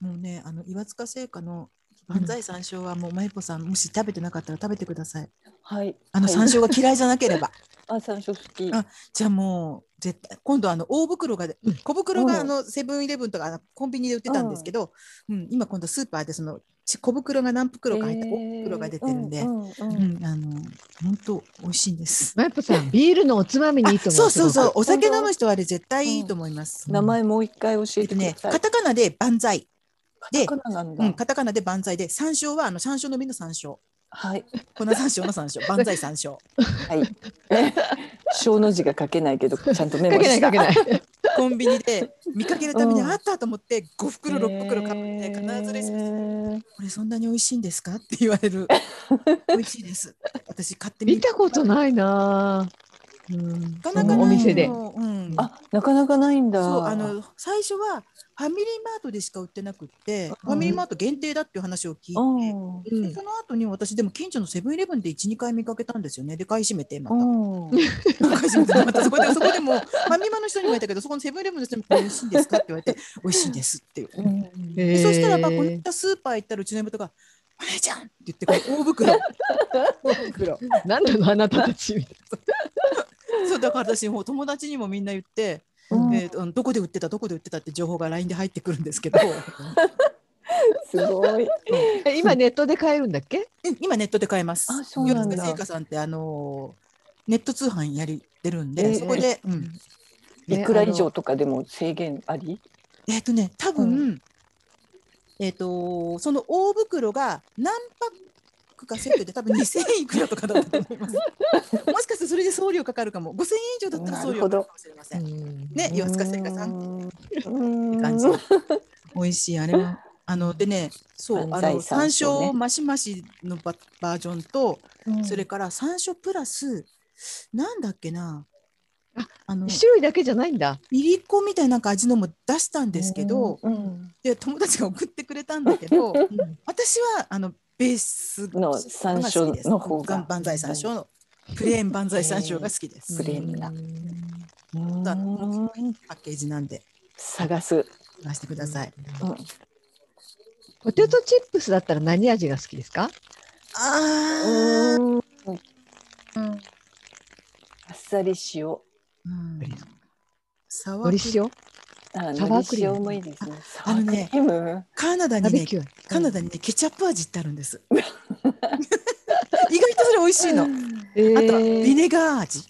もうねあの岩塚製菓の万歳山椒はもうまゆこさんもし食べてなかったら食べてください。はい。あのはい山椒が嫌いじゃなけれ *laughs* ば。あ、山椒好き。あじゃあもう絶対今度あの大袋がでうん小袋うんがあのセブンイレブンとかあのコンビニで売ってたんですけど、うん、今今度スーパーでそのち小袋が何袋か入ったへー大袋が出てるんで、ううんうんうんあの本当美味しいんです。マイプさん、ビールのおつまみにいいとあ思う。。そうそうそううお酒飲む人はあれ絶対いいと思います。名前もう一回教ええってとくだねさい。カタカナで万歳でカタカナなんだ。うん、カタカナで万歳で山椒はあの山椒の実の山椒はい。粉山椒の山 *laughs* 椒万歳山椒はい。小の字が書けないけど、ちゃんとメかモけなしいかたけ。ない。コンビニで見かけるたびにうんあったと思って5袋6袋買って必ずレシピへーこれそんなに美味しいんですかって言われ *laughs* る美味しいです私買ってみ見たことないな。うん。なかなかないお店で。もううん、あ、なかなかないんだ。そうあの最初はファミリーマートでしか売ってなくってうんファミリーマート限定だっていう話を聞いて、うん。うでんそ。の後に私でも近所のセブンイレブンで12回見かけたんですよねで買い占めてまた、うん。買い占めてまたそこでそこで *laughs* もファミマの人にも言ったけどそこのセブンイレブンの人にもこれ美味しいんですかって言われて *laughs* 美味しいですっていう、うんでそしたらまあへーこの間スーパー行ったらうちの妹が「お姉ちゃん!」って言ってこう大 *laughs* 袋大袋なんなのあなたたちみたいそうだから私もう友達にもみんな言って、うんえーうんどこで売ってたどこで売ってたって情報が LINE で入ってくるんですけど *laughs* すごい。な。え今ネットで買えるんだっけ？え今ネットで買えます。あそうなんだ清塚製菓さんってあのーネット通販やりてるんで、えーそこで、うん、いくら以上とかでも制限あり。えっ、とね多分、うえっ、とその大袋が何パックかセットで多分2000いくらとかだったと思います。もしかしてそれで送料かかるかも5000円以上だったら送料かかるかもしれません。ねね岩塚製菓さんん。って感じ。美味しいあれは。あのでね、そうあ万歳の山山椒ね椒マシマシのババージョンと、うんそれから山椒プラスなんだっけな、あの一種類だけじゃないんだ。ミリコみたいななんか味のも出したんですけど、うんで友達が送ってくれたんだけどうん私はあのベースの山椒の方が万歳山椒のプレーン万歳山椒が好きです。プレーンだうんパッケージなんで探す、出してください。うんポテトチップスだったら何味が好きですか？ああ、あっさり塩うんサワのりーク塩？あサワのークリりーム塩もいいですねサあワのークリねームカナダにバーベねキュー。カナダにねケチャップ味ってあるんです。 *laughs* 意外とそれ美味しいの。えーあとはビネガー味。うん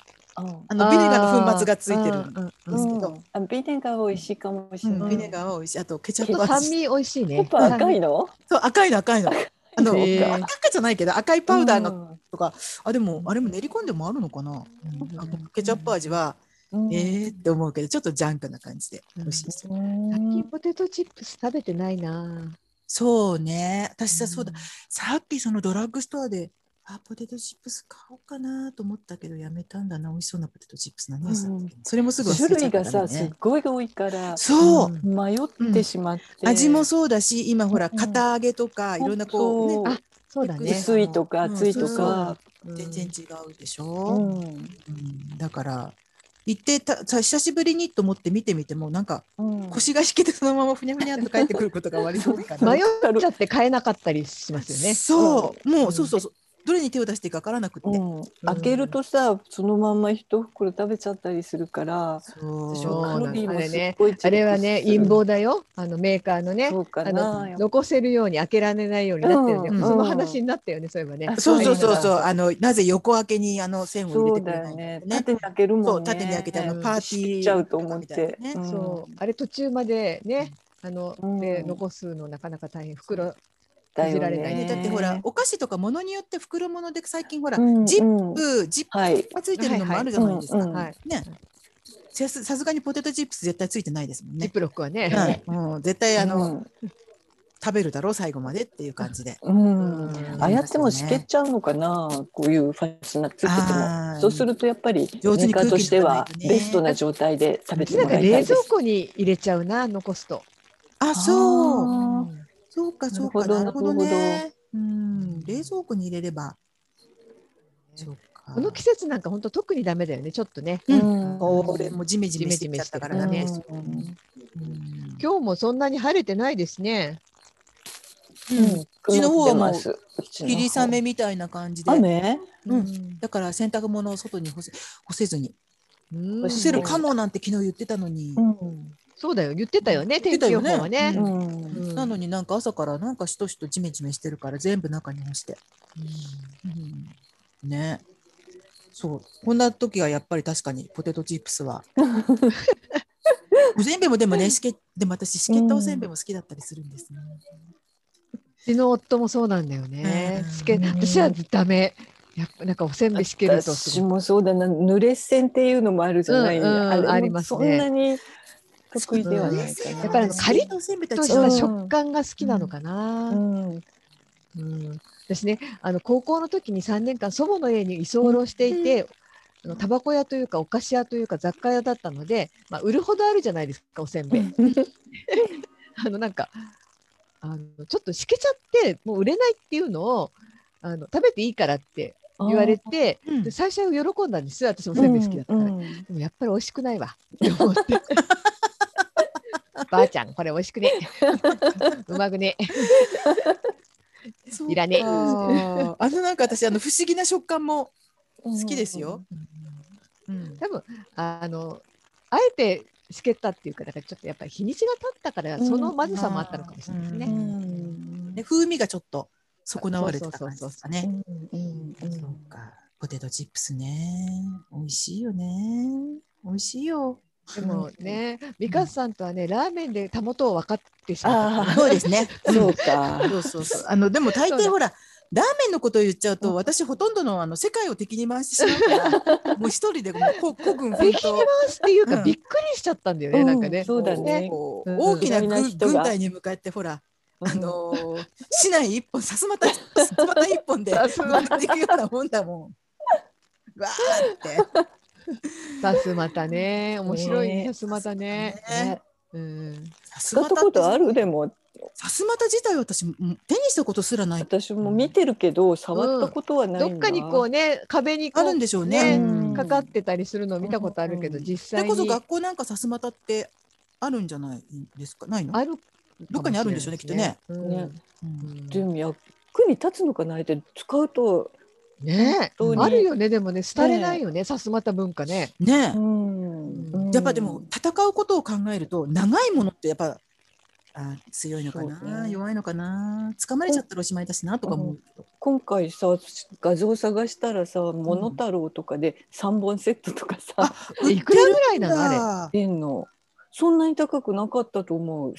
あのビネガーの粉末がついてるあーでうすんけうんどうんあビネガー美味しいかもしうれんない、ビネガーは美味しい。あとケチャちッょプっと酸味。味美味しいね。やっぱ赤いのそう赤いの *laughs* 赤いの。あの、へー赤赤じゃないけど赤いパウダーのの、とか、あでもあれも練り込んでもあるのかな。うんあのケチャップ味は、うんえーって思うけどちょっとジャンクな感じで美味しいですよ。最近ポテトチップス食べてないな。そうね。私さそうだ。さっきそのドラッグストアで。あポテトチップス買おうかなと思ったけどやめたんだな美味しそうなポテトチップスなの、うんそれもすぐ種忘れちゃ類ったがからさ、すっねごい多いからそう、うん迷ってしまって、味もそうだし今ほらうん堅揚げとかいろんなこう、ねそあそううだね。薄いとかうん厚いとそうか、うん全然違うでしうょ、んうんだから行ってたさ久しぶりにと思って見てみてもなんかうん腰が引けてそのままふにゃふにゃっと帰ってくることが割と多いから迷っちゃって買えなかったりしますよ *laughs* ね。そう、もううんそうそうそうどれに手を出していいか分からなくって、うん開けるとさそのまんま一袋食べちゃったりするからそうそうカロリーもすっごいあれはねチェックする陰謀だよ。あのメーカーのね。そうかあなの残せるように開けられないようになってるね、うんその話になったよね、そういえばねあ。そうそうそうそそううあのなぜ横開けにあの線を入れそてうくれだなよいねの縦に開けるもんねそう縦に開けてあのパーティー知っちゃうと思っみたいて、なねんそうあれ途中までね、あの、うんで残すのなかなか大変袋だよいじられないねねだってほらお菓子とか物によって袋物で最近ほら、うんジッうんプジップはいがついてるのもあるじゃないですか、はいうんはいねさすさすがにポテトチップス絶対ついてないですもんジッね。プロックはね、うんうん、絶対あの、うん食べるだろう最後までっていう感じで。うんうんああやってもしけちゃうのかな、こういうファスナッツっててあもーそうするとやっぱりメ上手ーにカ空気ーとして抜かなはいとねベストな状態で食べうちてなんもからいたい冷です蔵。庫に入れちゃうな残すと。あそうあそうかそうかななるるほほどどね。うん冷蔵庫に入れれば。そうか。この季節なんか本当特にダメだよねちょっとね。うーんうんこれもジメジメしてきちゃったからダメですようんね。うん今日もそんなに晴れてないですね。うんうちの方はもう霧雨みたいな感じで。雨うんだから洗濯物を外に干せ干せずにうん干せるかもなんて昨日言ってたのに、ん、そうだよ言ってたよね言って天た気よ予ね報はね。うんうんうんなのになんか朝からなんかしとしとジメジメしてるから全部中に干して、うんねそうこんな時はやっぱり確かにポテトチップスは *laughs* おせんべいもでもねしけでも私しけったおせんべいも好きだったりするんですね、うちの夫もそうなんだよね。うんしけ私はダメ。やっぱなんかおせんべいしけるとす私ごいもそうだな濡れ線っていうのもあるじゃない、うんうんれもありますねそんなに得意ではないかな、んやっやっぱぱりあのりあのカカリリッとせんべいととし違たう、食感が好きなのかな。うんうん、私ねあの高校の時に3年間祖母の家に居候していて、あのタバコ屋というかお菓子屋というか雑貨屋だったので、まあ、売るほどあるじゃないですかおせんべい。 *laughs* あのなんかあのちょっとしけちゃってもう売れないっていうのをあの食べていいからって言われてうんで最初は喜んだんですよ私おせんべい好きだったから、うんうんでもやっぱり美味しくないわって思って *laughs* ばあちゃんこれ美味しくねうまくねそうかいらねえあのなんか私あの不思議な食感も好きですよ、うん多分あのあえてしけったっていうかだからちょっとやっぱり日にちが経ったからうんそのまずさもあったのかもしれないですうね。んね、風味がちょっと損なわれてた感じですかね。うんうんそうかポテトチップスね美味しいよね美味しいよでもね、美香さんとはねラーメンでたもとを分かってしまっあた。そうですねあそうかそうそうそうあのでも大そう抵だほらラーメンのことを言っちゃうと私ほとんどのあの世界を敵に回してしまうから *laughs* もう一人でもうこ孤軍奮敵に回 *laughs* 闘すっていうか、うんびっくりしちゃったんだよね、なんかね。うんそうだねこううん大きな嫌いな軍人が軍隊に向かってほら *laughs* あのー、市内一本さすまたさすまた一 *laughs* 本でさすま回っていくようなもんだもん。わーって。さすまたね面白いねねさすまたね。ねね、うん、さす使まったたっこてとあるでもさすまた自体私もうん手にしたことすらない。私も見てるけど触ったことはないんだ、どっかにこうね壁にこあうるんでしょうね。ねうんかかってたりするのを見たことあるけど、うん実それ際こそに学校なんかさすまたってあるんじゃないですかないの、あるどっかにあるんでしょうねきっとね。うんねうんでも役に立つのかないって使うと、ね本当にあるよねでもね廃れないよねさすまた文化ね。ねえ、んやっぱでも戦うことを考えると長いものってやっぱあ強いのかそうな、ね弱いのかな掴まれちゃったらおしまいだしなとか思うけど、今回さ画像探したらさ「モノタロウ」とかで3本セットとかさあいくらぐらいなのあれ。あ出んのそんなに高くなかったと思う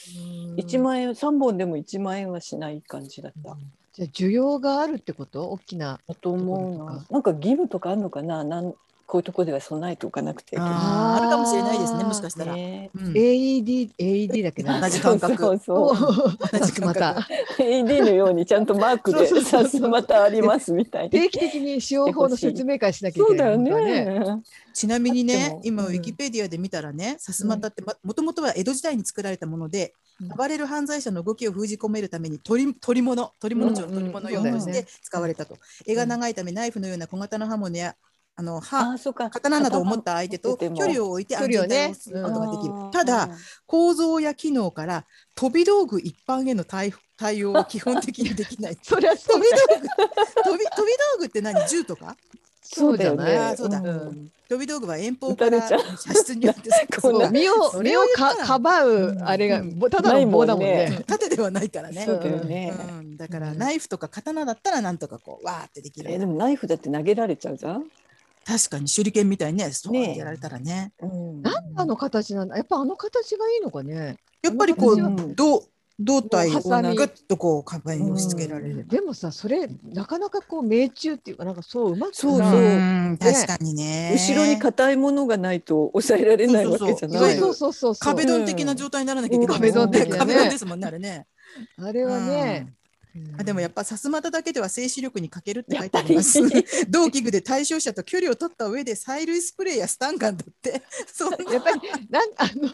1万円3本でも1万円はしない感じだったじゃあ需要があるってこと大きな。だと思うそういうことななんか義務とかあるのかななんこういうとこでは備えておかなくてあーあるかもしれないですねもしかしたら、ねうん AED、AED だっけな。同じ感覚 *laughs* そうそうそうさすまた。 AD のようにちゃんとマークでそうそうそうさすまたありますみたいな定期的に使用法の説明会しなきゃいそけうなだいよのか。ねちなみにあってねも今ウうんィキペディアで見たらねさすまたってもともとは江戸時代に作られたもので、うん暴れる犯罪者の動きを封じ込めるために取り取り物取り物庁の取り物用うんうんとそしうだよてね使われたと、絵が長いためナイフのような小型の刃物やあのあ刃ーそうか刀などを持った相手と距刀持ってても離を置いて安距離を全対応ねすることができる、あーただ構造や機能から飛び道具一般への対対応は基本的にできない *laughs* そりゃそ飛うびだ道よ。具飛び飛び道具って何銃とかそうだよねあーそうだん飛び道具は遠方から撃たれち射出によってこんなそう身をそ身れをを言ったからかばううんあれがうんぼただの棒だもんないもね。縦ではないからね。そうだよねうん、だからうんナイフとか刀だったらなんとかこうわーってできる、えでもナイフだって投げられちゃうじゃん。確かに手裏剣みたいにねストーンっねてやられたらねうんなんであの形なんだ。やっぱあの形がいいのかね。やっぱりこ私はう胴胴体をもうハサミグッとこう壁に押し付けられる、でもさそれなかなかこう命中っていうかなんかそううまくそううそさうん確かにね後ろに硬いものがないと抑えられないわけじゃそうない。そうそうそうそう。壁ドン的な状態にならなきゃいけない壁ドン的なね *laughs* 壁ドンですもんねあれね。あれはね。うんあでもやっぱぱさすまただけでは静止力に欠けるって書いてありますやっぱ。同器具で対象者と距離を取った上で催涙スプレーやスタンガンだって。そんなやっぱりなんあの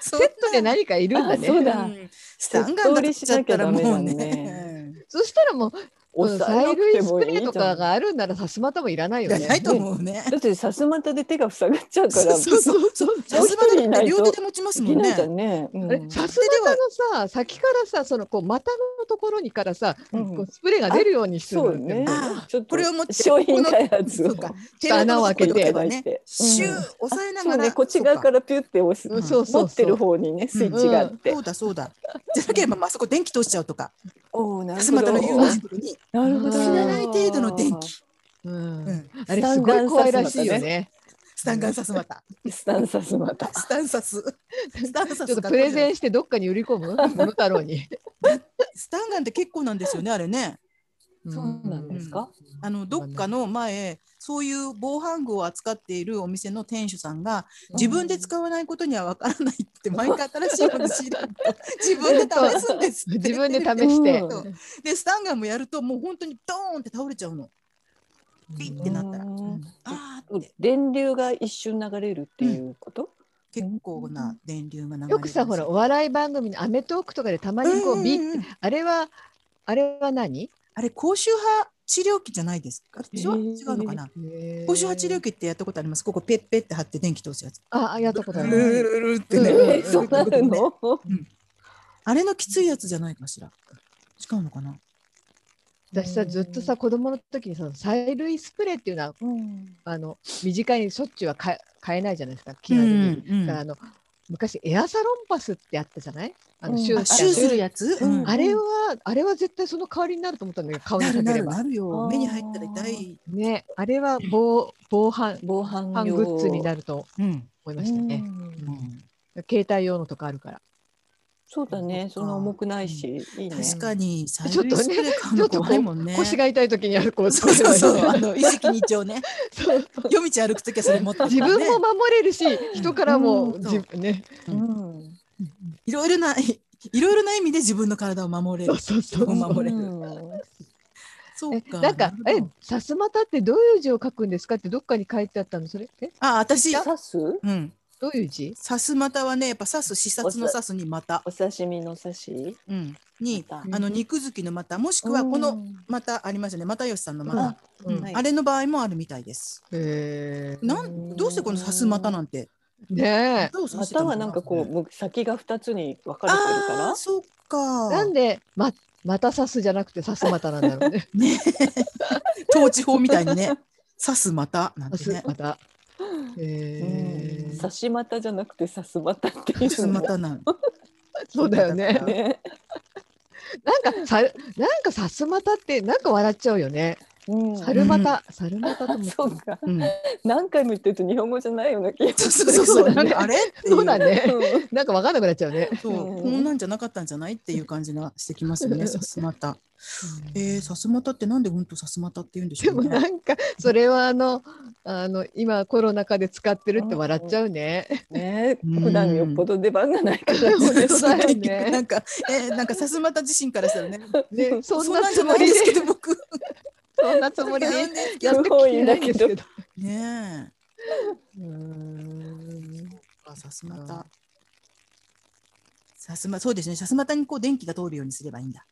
そんセなットで何かいるんだあそうね。だうんスタンガンだとしちゃったらもうね。そしたらもう *laughs* 抑えな催くて涙もスプレいいーとじゃかん。だがあるんならさすまたもいらないいよやね。ないと思うね。ってさすまたで手が塞がっちゃうか *laughs* そうら。そうそうそう。さすまただって両手で持ちますでもきんないねじゃ。んね。うんあれさすまたのさ先からさそのこう股のところにからさ、うんこうスプレーが出るようにするそのっうてねもうあちょっとこれを持って商品開発そをうか。ちょっと穴を開けて手のとこに置いとけばねシュうんー押さえなそがうら。ねこっち側からピュって押す、うんそうそうそう持ってる方にねスイッチがあって、そうだそうだ。じゃなければまあそこ電気通しちゃうとか、おおなさすまたの有名人とかになるほど死なない程度の電気、うんうん、あれすごい怖いらしいよねスタンガンさすまた、スタンサスまたスタンサス、スタンサちょスっとプレゼン、ンしてどっかに売り込むモノタロウに、スタンガンって結構なんですよねあれね。そうなんですか、あのどっかの前そういう防犯具を扱っているお店の店主さんが自分で使わないことにはわからないって毎回新しいもの仕入 *laughs* れると自分で試すんですって自分で試して、うんそうでスタンガンもやるともう本当にドーンって倒れちゃうのピッてなったら、うんうんあーって電流が一瞬流れるっていうこと、結構な電流が流れるよくさほらお笑い番組の『アメトーーク』とかでたまにこうビッ、んんんあれはあれは何あれ高周波治療器じゃないですか違う,、えー違うのかな5高周波治療器ってやったことありますここペッペッって貼って電気通すやつああやったことあルる、ルルルルってね、うんえ *laughs* そうなるの、あれのきついやつじゃないかしら違うのかな私さずっとさ子供の時にその催涙スプレーっていうのはうんあの短いにしょっちゅうは買え買えないじゃないですか気軽に。うんうんだからあの昔エアサロンパスってあったじゃないあのうんシューあってシューすあるやつ、うんのあれはあれは絶対その代わりになると思ったんだけど顔になかるけなれるば。なるよあー目に入ったら痛い、ねあれは防防犯防犯犯用グッズになるとうん思いましたね。うんうん携帯用のとかあるから。そうだねそんな重くないし、いいね確かに催ちょっ涙とねスプレー買うの怖いもんね腰が痛い時にやるこうそうそうそうあ使えばいいの一石二鳥ねそう夜道歩くときはそれ持ってたね自分も守れるし人からもうん自分ね。うんいろいろないいろいろな意味で自分の体を守れそるうそうそう自分を守れるうんそうえか。なんか、るえほど、さすまたってどういう字を書くんですかってどっかに書いてあったの、それ。え、あ、私、刺すうん。どういう字。さすまたはね、やっぱさす、視察のさすにまた、お刺身の刺しうん、に、またあの肉付きのまた、もしくはこうのんまたありますよね、又吉さんのまうんた、ううんんはいあれの場合もあるみたいです。へーなん、どうしてこのさすまたなんて、ねえ。どうさませてたのはなんかこうもう先が二つに分かれてるからああ、そうか。なんで、ま、またさすじゃなくて、さすまたなんだろう *laughs* ね。ね。統治法みたいにね。刺すまたなんさてすね。また。へうんー刺し股じゃなくて刺す股ってい刺すうまのがたなん。そうだよね。ね。なんか、さ、なんかさすまたって、なんか笑っちゃうよね。うん猿股、猿 *laughs* 股とも。そうか。うん。何回も言ってると日本語じゃないような気がそうそすうる。そうそう。そうだねあれっていそうだね。うんなんかわかんなくなっちゃうね。そう、うんこんなんじゃなかったんじゃないっていう感じがしてきますよね、さすまた。えー、さすまたってなんで本当さすまたって言うんでしでょもうね。なんかそれはあのあの今コロナ禍で使ってるって笑っちゃうね。ね、うん普段よっぽど出番がないから。本当だよ結局なね。んか、えー、なんかさすまた自身からしたらね。ねそんそんななんじつゃもないりでですけど、僕。そんなつもりでなんでやってきてないんですけど。ねうんえ。さすまた。さすま、そうですね。さすまたにこう電気が通るようにすればいいんだ。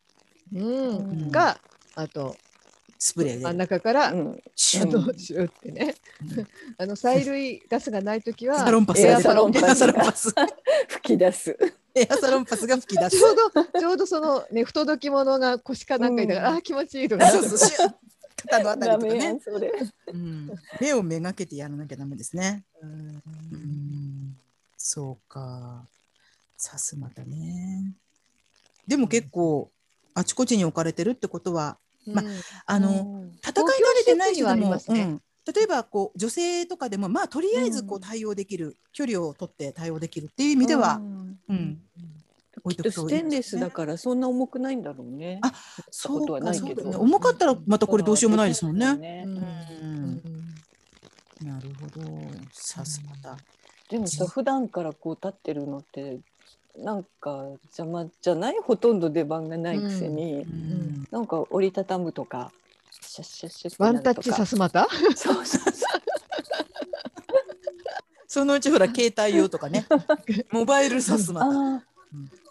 うんがあとスプレーで真ん。中から、あうんシュッのシュってね。あの催涙ガスがないときはサロンパスエがア出サロンる。パスエアサロンパス。吹き出す。エアサロンパスが吹き出すち。ょうどちょうどそのね不届き者が腰かなんかにだから、うんあー気持ちいいとか。そうそう、シュッ肩のあたりダとかメやねん。それ。うん目をめがけてやらなきゃダメですね。うんうんそうか。さすまたね。でも結構、あちこちに置かれてるってことは、まあの、うん戦い慣れてない人でも、公共施設にはありますねうん例えばこう女性とかでもまあとりあえずこううん対応できる、距離を取って対応できるっていう意味では、うん置いきとっとくとスいいですねテンレスだからそんな重くないんだろうね。あそうそうなかいそけうだどよね重かったらまたこれどうしようもないですもんね。うんね。うんなるほどさすまた。でもさ普段からこう立ってるのってなんか邪魔じゃないほとんど出番がないくせに、うんなんか折りたたむとかシャッシャッシャッってワなるンタとかッチさすまたそうそうそそのうちほら携帯用とかねモバイルさすう。また。あ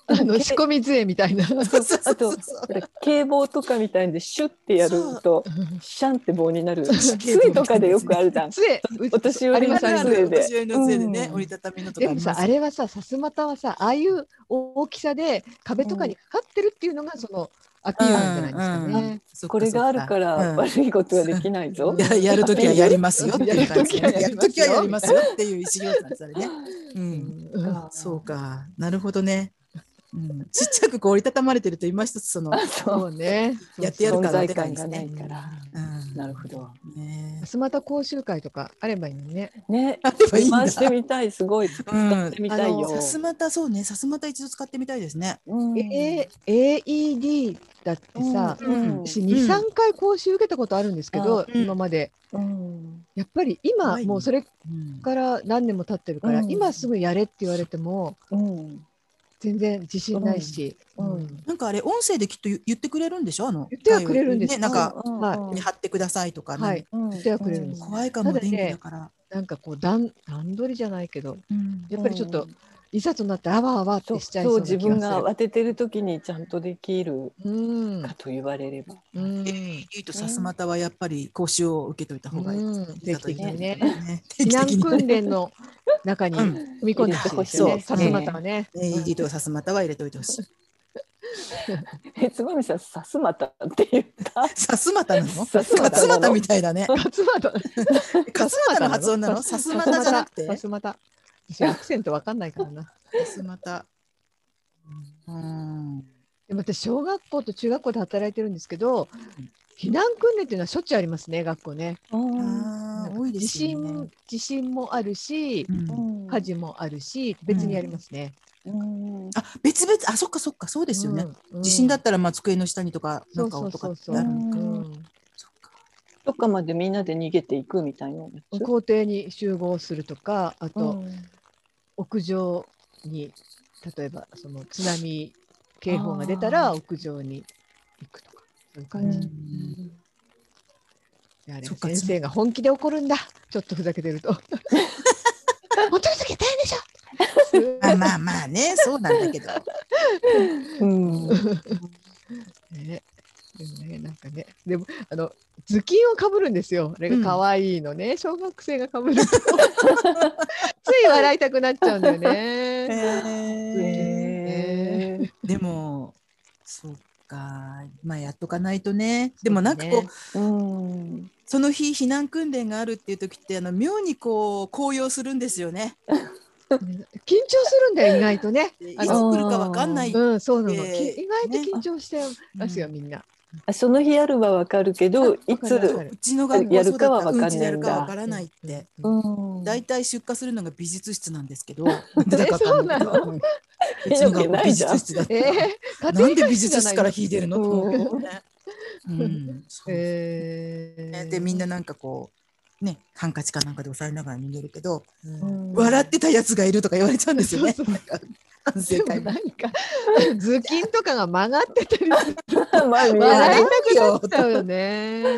あのけ仕込み杖みたいな。そうそうそうあとそうあ、警棒とかみたいにシュッてやるとシャンって棒になる。そう杖とかでよくあるじゃん。杖お年寄りのありますあります杖でお年寄りの杖でね、うん折りたたみのとかでありまもすよさあれはささすまたはさああいう大きさで壁とかにかかってるっていうのがそのアピールなんじゃないですかね。うんうんそっこれがあるかうらん悪いことはできないぞ。ややるときはやりますよっていう感じ、ね、ややるるととききははややりりまますすよっていう石行さんそれね。うん、うんそうか、なるほどね。うん、ちっちゃくこう折りたたまれてると今一つその、あそ。そううね。やってやる存から在でかい感ですがないね。から。うん、なるほど。ねさすまた講習会とかあればいいのにね。ね。あればいいんだ回してみたい。すごい。使ってみたいうんあよの。さすまたそうね、さすまた一度使ってみたいですね。うん A AED だってさ、うん私二三回講習受けたことあるんですけど、うん今までうんやっぱり怖今いねもうそれうん、から何年も経ってるから、うん今すぐやれって言われてもうん全然自信ないし、うんうんなんかあれ音声できっと言言ってくれるんでしょあの言ってはくれるんですね、なんか、うんまあうんね貼ってくださいとか、ねはいうん言ってはくれるんです怖いかもただね電気だから。なんかこう段段取りじゃないけどうんやっぱりちょっといざとなってあわあわってそうしちゃいそそううな気自がする分が当ててる時にちゃんとできるうんかと言われれば、うん、いいとさすまたはやっぱり講習を受けといた方がいいですねうん。いざという時定期 *laughs* 的避難訓練の中にう踏んみ込んでほしいですよそうね。さすまた *laughs* はね。 AED とかさすまたは入れといてほしい。えつばみさんさすまたって言ったさすまた *laughs* なのさすまかたつなまたのみたいだね。さすまた。かつまたの発音なのさすまたじゃなくて。ささすまた。私アクセントわかんないからな。すまた。うん。でも私小学校と中学校で働いてるんですけど、避難訓練っていうのはしょっちゅうありますね学校ね。うんあなあ、んか多いで地すよね震。地震もあるしう、ん火事もあるし別にやりますね。うんあ、別々、あ、そっかそっか、そうですよね。うん。地震だっったら、まあ、机の下にとか、なんかそうとそかうっそてうなるのうか。んそっかどっかまでみんなで逃げていくみたいなやつ校庭に集合するとかあと、うん屋上に例えばその津波警報が出たら屋上に行くとかそういう感じ、うんあれそっか先生が本気で怒るんだちょっとふざけてると本当にふざけてんでしょまあまあまあね、そうなんだけ *laughs* ど。うん、ね、でもね、なんかね、でも、あの、頭巾をかぶるんですよ。あれが可愛いのね、小学生がかぶると。つ *laughs* い笑いたくなっちゃうんだ *laughs* よね。へーでも、そっか、まあやっとかないとね。でもなんかこう、そうねうんその日避難訓練があるっていう時ってあの妙にこう高揚するんですよね。緊張するんだよ、意外とね。いつあの来るかわかんない。うん、そうなの。えーき意外とね緊張してますよ、みんな。あその日あるはわかるけどいわかるつわかうちの学校やるかはわかんないんだそうだったうんちでやるかわからないって。ううんん大体出荷するのが美術室なんですけど。なんでだかわかんないけどそうなうんうちの学校美術室だっえ *laughs* た。ーなんで美術室から引いてるのとうん *laughs* 思うけどね。うんそうえーでみんななんかこうねハンカチかなんかで押さえながら逃げるけど、うん笑ってたやつがいるとか言われちゃうんですよね。そうそう反省でも会もなんか頭巾とかが曲がってたりす *laughs* る *laughs* まあ見えな笑いいたくなっちゃうよね。や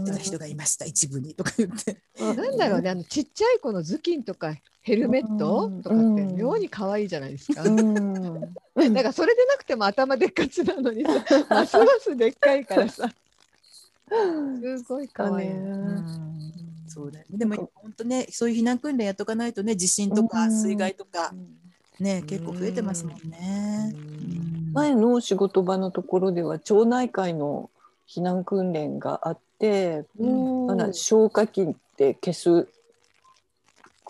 ってた人がいました一部にとか言って。なんだろうね、あのちっちゃい子の頭巾とかヘルメットうんとかってうん妙に可愛いじゃないですか。うんなんかそれでなくても頭でっかちなのにさ、 *laughs* ますますでっかいからさ、すごい可愛い。そうだね、でも本当ねそういう避難訓練やっとかないとね地震とうかん水害とかねん結構増えてますもんね。うん前の仕事場のところでは町内会の避難訓練があって、うんあの消火器って消す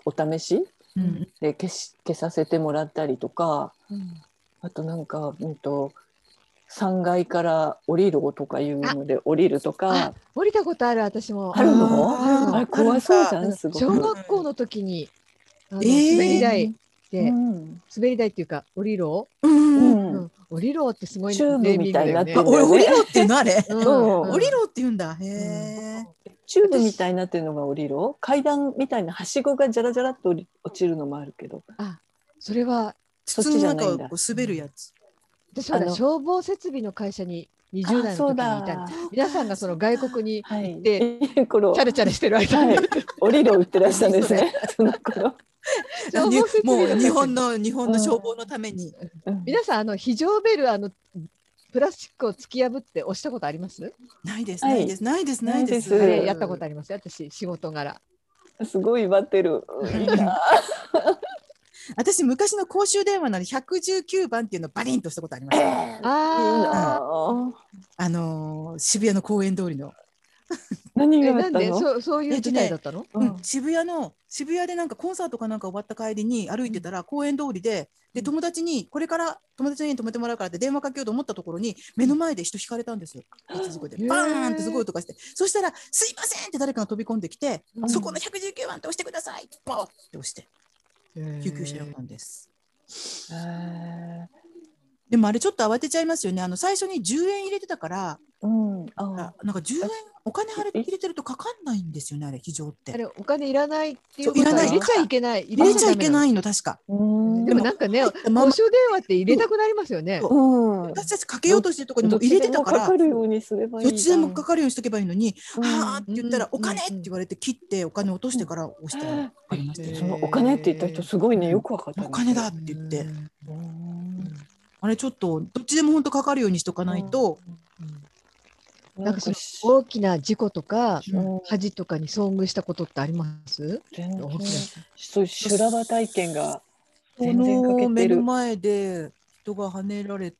お試しうんで消し消させてもらったりとかあとなんか、うん、と3階から降りろとかいうので降りるとかあ、降りたことある私も。あるのあああれ怖そうじゃあんのすごく。小学校の時に、あのえー滑り台で、うん滑り台っていうか降りろ、うんうんうんうん降りろってすごいチューブネーミングだよみたいになってねある俺降りろっていうのあれ、うんうん降りろって言うんだへえ。チューブみたいになってるのが降りろ階段みたいなはしごがじゃらじゃらっと降り落ちるのもあるけどあそれは筒そっちのじゃない中んをだこう滑るやつ。私はあの消防設備の会社に20代の時にいたんです皆さんがその外国にはい行って、 *laughs* いう頃チャラチャラしてる間に、はい降りろ売ってらしたんですね *laughs* その頃、 *laughs* 消 *laughs* 防設備ものう会日社本の日本の消防のために、うん皆さんあの非常ベルあのプラスチックを突き破って押したことあります、ないですはいないですないですないです。ないあですれやったことありますよ私仕事柄すごい待ってるいいな私昔の公衆電話なので119番っていうのをバリンとしたことあります。えーいいあなあのー渋谷の公園通りの、何ーえがあっなたんのでそうそういう事態だったの、うん渋谷の渋谷でなんかコンサートかなんか終わった帰りに歩いてたら公園通りでで友達にこれから友達の家に泊めてもらうからって電話かけようと思ったところに目の前で人引かれたんですよ。一時でへーバーンってすごい音がしてそしたら「すいません!」って誰かが飛び込んできて「うんそこの119番って押してください!」ボーって押して救急車呼んだんです。えでもあれちょっと慌てちゃいますよね。あの最初に10円入れてたから、ーうんああなんか10円お金入れ入れてるとかかんないんですよね、あれ、非常っあて。れお金いらないっていうことそういらはない入れちゃいけない入入れちゃダいメけなのないの、確か。うんでもなんかねま公衆電話って入れたくなりますよねそううん私たちかけようとしてるとこにもうどっち入でれてたから、かかるようにすればいいどっちでもかかかるようにしとけばいいのに、はあって言ったら、うんお金って言われて切って、お金落としてから押したら、ありましたよへそねーのお金って言った人すごいねよくわかったねお金だって言って、うんあれちょっと、どっちでも本当かかるようにしとかないと、なんかそのし大きな事故とかうん恥とかに遭遇したことってあります？全然大きなそういう修羅場体験がこ全然欠けのてる目の前で人が跳ねられ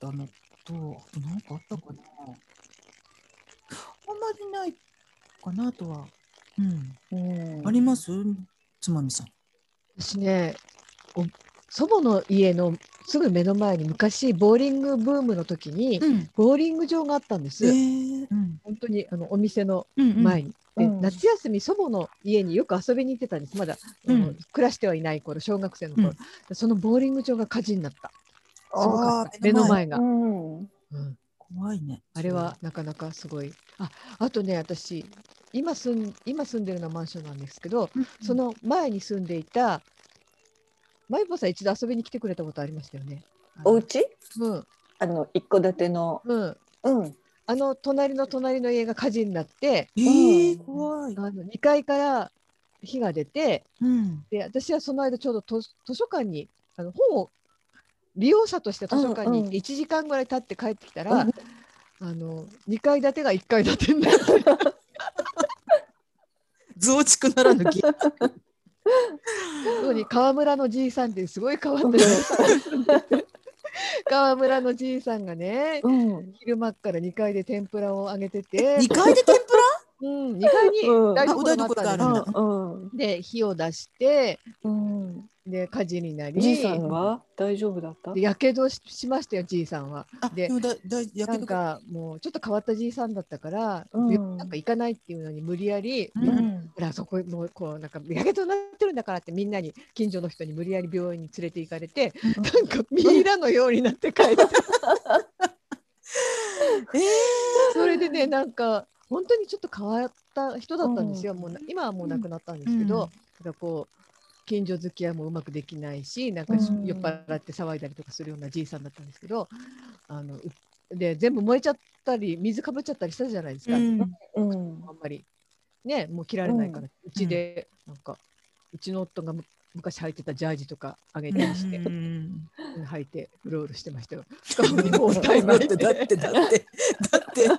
たのと、あとなんかあったかな。あんまりないかなとは。うん。ありますつまみさん。私ね、お祖母の家のすぐ目の前に昔ボーリングブームの時にうん。ボーリング場があったんでえす。ー、うん。本当にあのお店のうん、うん。前に。でうん夏休み祖母の家によく遊びに行ってたんです。まだ、あのうん暮らしてはいない頃、小学生の頃、そのボーリング場が火事になった。あーすごかった目目のの前前が。うんうん怖いね。あれは。なかなかすごい。あ、あとね、私、今住ん、今住んでるのはマンションなんですけど、その前に住んでいた。まゆぽさん一度遊びに来てくれたことありましたよね。お家うん、あの一戸建てのうん、うんあの隣の隣の家が火事になってえー、怖い。あの2階から火が出て *laughs* うん。で私はその間ちょうどと図書館にあの本を利用者として図書館に行って1時間ぐらい経って帰ってきたら、うんあの2階建てが1階建てに *laughs* なって増築ならぬ気。特に川村のじいさんっていうすごい変わったじいさん川村のじいさんがねうん昼間っから2階で天ぷらをあげて *laughs* て二、階で天ぷうん、2階にうん台所があったんだよあうんで火を出してうんで火事になりじいさんは大丈夫だったでやけどししましたよじいさんは。ら。あ、 *laughs* ででもだだやなけんどか。かもうちょっと変わったじいさんだったから、うん病なんか行かないっていうのに無理やり、ううんんほらそこもうこうなんかやけどになってるんだからってみんなに近所の人に無理やり病院に連れて行かれて、うんなんかミイラのようになって帰ってえそれでねなんか本当にちょっと変わった人だったんですよ、もうな今はもう亡くなったんですけど、なんかこう近所付き合いもうまくできないしなんかしうん酔っ払って騒いだりとかするようなじいさんだったんですけどあのうで全部燃えちゃったり水かぶっちゃったりしたじゃないですえ。か、うん。うんあんまりねもう着られないから、うちでなんかうちの夫がむ昔履いてたジャージとかあげたりして、うん履いてうろうろしてましたよ。 *laughs* もう大だっ変て *laughs* だってだって *laughs* だって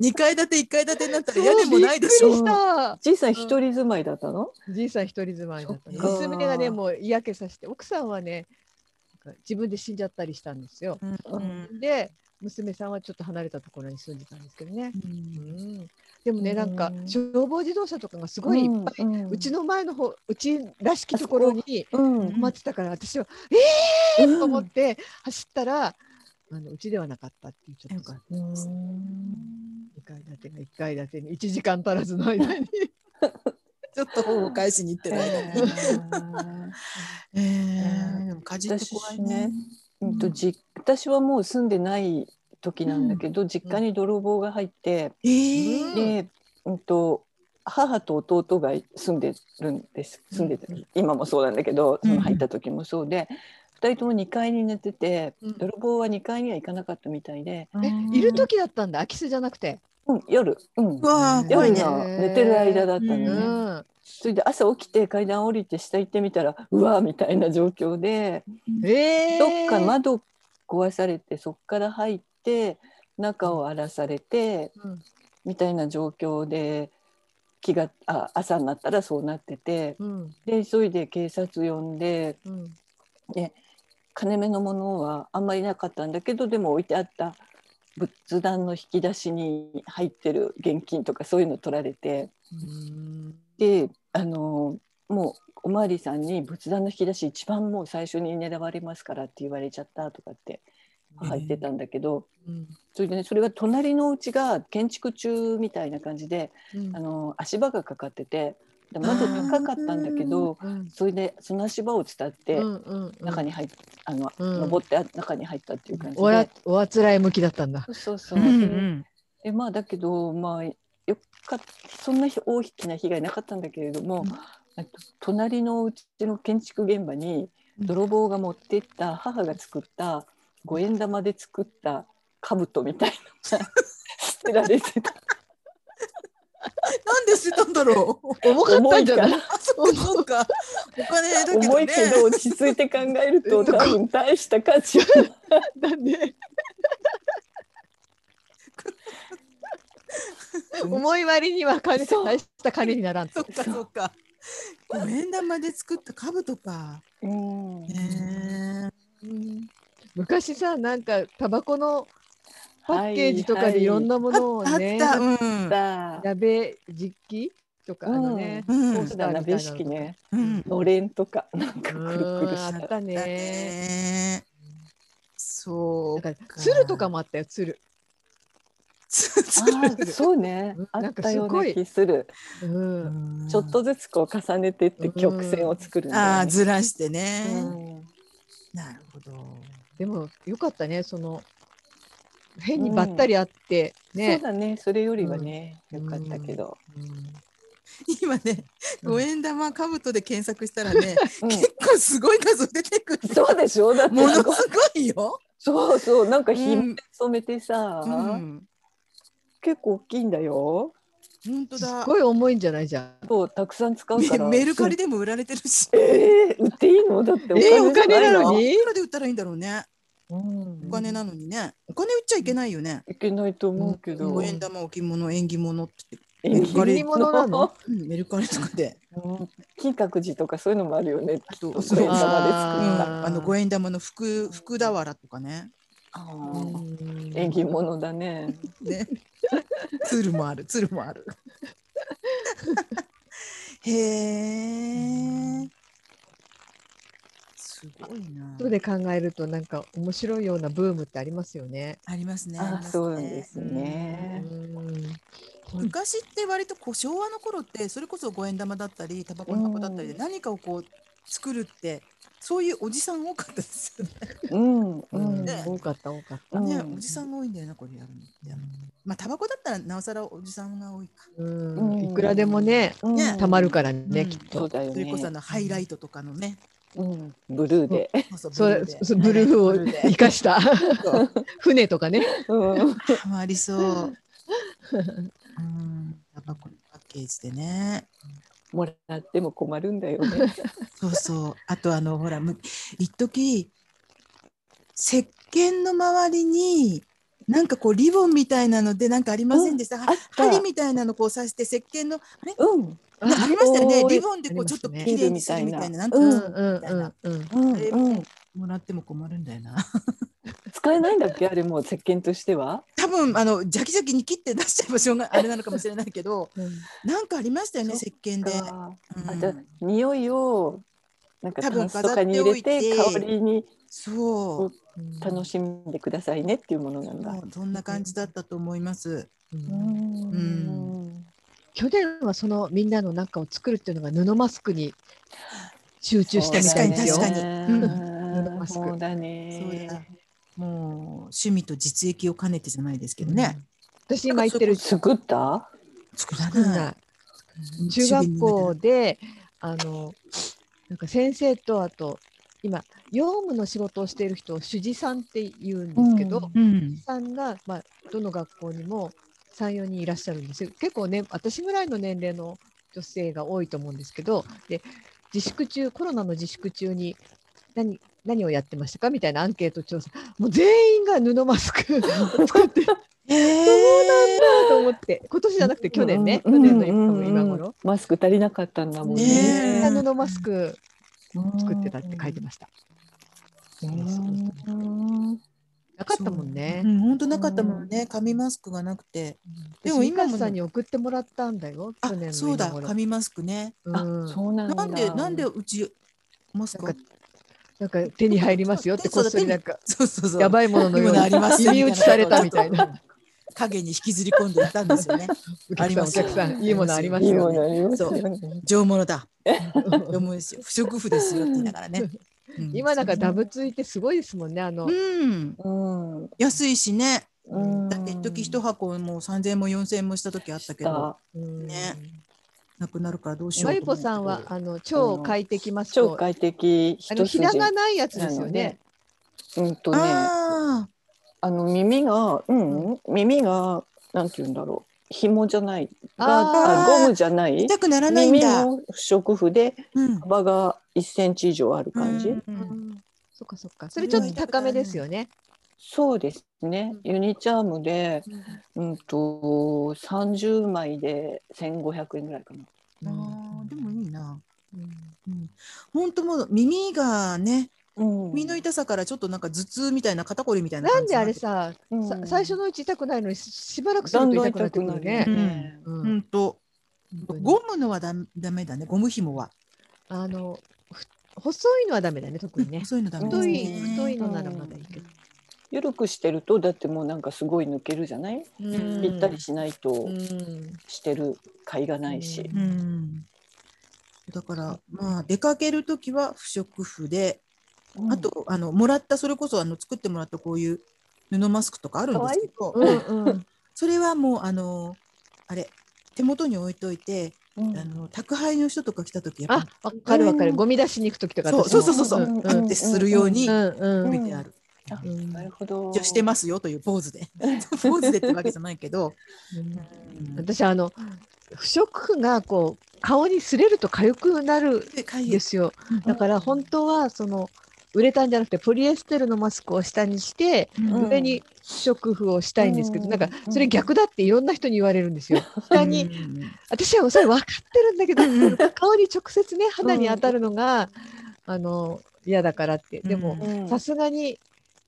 二階建て一階建てになったら嫌でもないでしそうょ。びっくりしたじいさん一人住まいだったのじいさん一人住まいだったのそっか娘がねもう嫌気さして奥さんはねなんか自分で死んじゃったりしたんですよ。うんで娘さんはちょっと離れたところに住んでたんですけどね。ううんん、でもねなんかうん消防自動車とかがすごいいっぱい、うんうちの前の方うちらしきところにうんうん待ってたから私はうと思っんて走ったら、あのうちではなかったっていうちょっと2階 *laughs* 建てが1階建てに1時間足らずの間に。ちょっと本を返しに行ってる間に。えーえー、でも火事って怖い私ねね。うんとじ私はもう住んでない時なんだけど、実家に泥棒が入って、えーうんで、うんと母と弟が住んでるんです住んでた今もそうなんだけど、うんその入った時もそうで2人とも2階に寝ててうん泥棒は2階には行かなかったみたいで、えいる時だったんだ空き巣じゃなくて。うん、夜、うんう、わあ、怖い夜ね。の寝てる間だったのね、うんうんそれで朝起きて階段降りて下行ってみたらうわーみたいな状況で。えー、どっか窓壊されてそこから入って中を荒らされてうんみたいな状況で気があ朝になったらそうなっててうんで急いで警察呼んでうん金目のものはあんまりなかったんだけどでも置いてあった仏壇の引き出しに入ってる現金とかそういうの取られてであのもうおまわりさんに仏壇の引き出し一番もう最初に狙われますからって言われちゃったとかって入ってたんだけど。うんそれでねそれが隣のうちが建築中みたいな感じでうんあの足場がかかっててで窓高かったんだけどうんそれでその足場を伝ってうんうんうん中に入っあの、うん登ってあ中に入ったっていう感じおらで。おあつらい向きだったんだ。そうそうそううんうんでまあだけどまあよかっそんなひ大きな被害なかったんだけれども、あと隣のうちの建築現場に泥棒が持ってった母が作った五円玉で作った兜みたいなのが捨てられてたなんで捨てたんだろ *laughs* う。重かったんじゃない重いあそうそうか。お金だけどね。重いけど落ち着いて考えると多分大した価 *laughs* 値はだね。重い割には金そう大した金にならん。そっかそっか。五円玉で作った兜か。うんねえ昔さなんかタバコのパッケージとかでいろんなものをあっね、た。うん。だ鍋実機とかあのね、うんコーそスうターだみた鍋いなの敷ねうん。のれんとかなんかくるくるうんあしったたね。ねそう *laughs* なんかか鶴とかもあったよ鶴。つつあるーそうねうんあなんっかたよすごうない気するうん。ちょっとずつこう重ねてって曲線を作るんだよねああずらしてね、うんなるほどでもよかったねその変にばったりあってそうね。だねそれよりはねよかったけど今ねうん五円玉兜で検索したらね、うん結構すごい数出てくるそうでしょだってものすごいよ、そうそうなんかう紐んで染めてさうん結構大きいんだよ。本当すだ。ごい重いんじゃないじゃん。そうたくさん使うかねら。メルカリでも売られてるし。えー売っていいのだっておえー金じゃないお金なのの。にえいくらで売ったらいいんだろうね。うんお金なのにね。お金売っちゃいけないよね。いけないと思うけうんど。五円玉、置物、縁起物って言ってメ縁ルカリ縁起物なの。うんメルカリとかで。うん金閣寺とかそういうのもあるよね。きっとそう五円玉で作っうあんーあの五円玉の福福俵とかね。た。うんうん縁起物だね。ね。ツールもある、ツールもあ *laughs* る。へえ。すごいな。後で考えるとなんか面白いようなブームってありますよね。ありますね。ありますねそうなんですね。うん昔って割とこう昭和の頃ってそれこそ五円玉だったりタバコの箱だったりでうん何かをこう作るってそういうおじさん多かったですよね。うんううんん。ね多かった多かった。うんねおじさんが多いんだよなこれやるのって。まあタバコだったらなおさらおじさんが多いか。うんうんいくらでもね、うんねたまるからね、うんきっそうと。だよそれこそあね。のハイライトとかのね。うんブルーで。そうそそうれそうブルーをブルーで生かした *laughs* そう船とかね。うんハマりそう。うんタバコのパッケージでね。もらっても困るんだよね。そうそう。あとあのほらむ一時石鹸の周りになんかこうリボンみたいなのでなんかありませんでした。はあった。針みたいなのこう刺して石鹸のあれうん。なありましたよね。おーリボンでこうちょっとあります綺ね麗にするみたいななんていううんのもうんうんうん。うんうん。らっても困るんだよな。使えないんだっけあれもう石鹸としては。多分あのジャキジャキに切って出しちゃえばしょうがあれなのかもしれないけど、なんかありましたよねそ石鹸で。あうんじゃあ匂いをなんか多タ分ンスとかに入れて飾っておいて香りにそう。楽ししんでくださいねっていうものなんだそ。うそんな感じだったと思います。い。ううんん去年はそのみんなの中を作るっていうのが布マスクに集中したみたいですよ。確かに確かうんうんそうだそうだね。もう趣味と実益を兼ねてじゃないですけどね。私今言ってる作った？作ら。作んないい中学校であのなんか先生とあと今養務の仕事をしている人を主事さんって言うんですけど、うんうん。さんが、まあ、どの学校にも34人いらっしゃるんですよ結構ね私ぐらいの年齢の女性が多いと思うんですけどで自粛中コロナの自粛中に何何をやってましたかみたいなアンケート調査もう全員が布マスク *laughs* を作ってたへえ。と思って今年じゃなくて去年ね、うん去年の今頃今。うんうん頃、マスク足りなかったんだもんねえみね。んな布マスク作ってたって書いてまました。すなかったもんね。うん、本当なかったもんね。紙マスクがなくて。ででもも今今もねさんに送ってもらったんだよ。あ去年、のそうだ。今頃紙マスクね。うあ、んそうなんだ。なんで、なんでうち。マスクなん。なんか手に入りますよってこっそりなんか *laughs* そうそうそう。やばいもののよう今のありますによ *laughs* 耳打ちされたみたいな。影に引きずり込んでいたんですよ *laughs* ね。おあ客りさんまおすよ客さんいいものありまいすいよもね。のありますよね。上物だ。上物ですよ。不織布ですよって言いながらね。うん *laughs* 今なんかダブついてすごいですもんねあのうん。うん。安いしね。うんだって一時一箱もう3000円も4000円もした時あったけど、ねなくなるからどうしよマうリと思ポって。さんはあの超快適マスク超をあ快適一の筋ひらがないやつですよね。うんとねああの耳がうん耳がなんて言うんだろう紐じゃないああーゴムじゃなあ、い痛くならないん耳だ。も不織布でうん幅が1センチ以上ある感じ、うんううんんそっかそっか。それちょっと高めですよね。そうですねユニチャームで、うんうん、と30枚で1500円ぐらいかな。あーでもいいな。うんうん、本当もう耳がね、うん耳の痛さからちょっとなんか頭痛みたいな肩こりみたいなな感んじであれ、さ、うんさ最初のうち痛くないのにししばらくすだるんとだん痛くなって痛くくなるるよね。ね。うん本当本当にゴムのはだダメだね、ゴム紐は。あのふ細いのはダメだね特にね。そういうのダメ太いですね太いのならまだいいけど。ゆるくしてるとだってもうなんかすごい抜けるじゃない、うんぴったりしないとうんしてる甲斐がないし、うんうん。だからまあ出かけるときは不織布で、うんあとあのもらったそれこそあの作ってもらったこういう布マスクとかあるんですけど、うんうん。それはもうあのあれ手元に置いといて、うんあの宅配の人とか来た時やっあぱわかるわかる。ゴミ出しに行く時とか私も。そうそうそうそううんってするようにうんうん置いてある。あうんなるほど。一応してますよというポーズで *laughs* ポーズでってわけじゃないけど、うん私あの不織布がこう顔に擦れると痒くなるでん会議ですよ。だから本当はそのウレタンじゃなくてポリエステルのマスクを下にしてうん上に不織布をしたいんですけど、うんなんかそれ逆だっていろんな人に言われるんですよ。下にうん私はそれ分かってるんだけど顔に直接ね肌に当たるのが、あの嫌だからってでもうんさすがに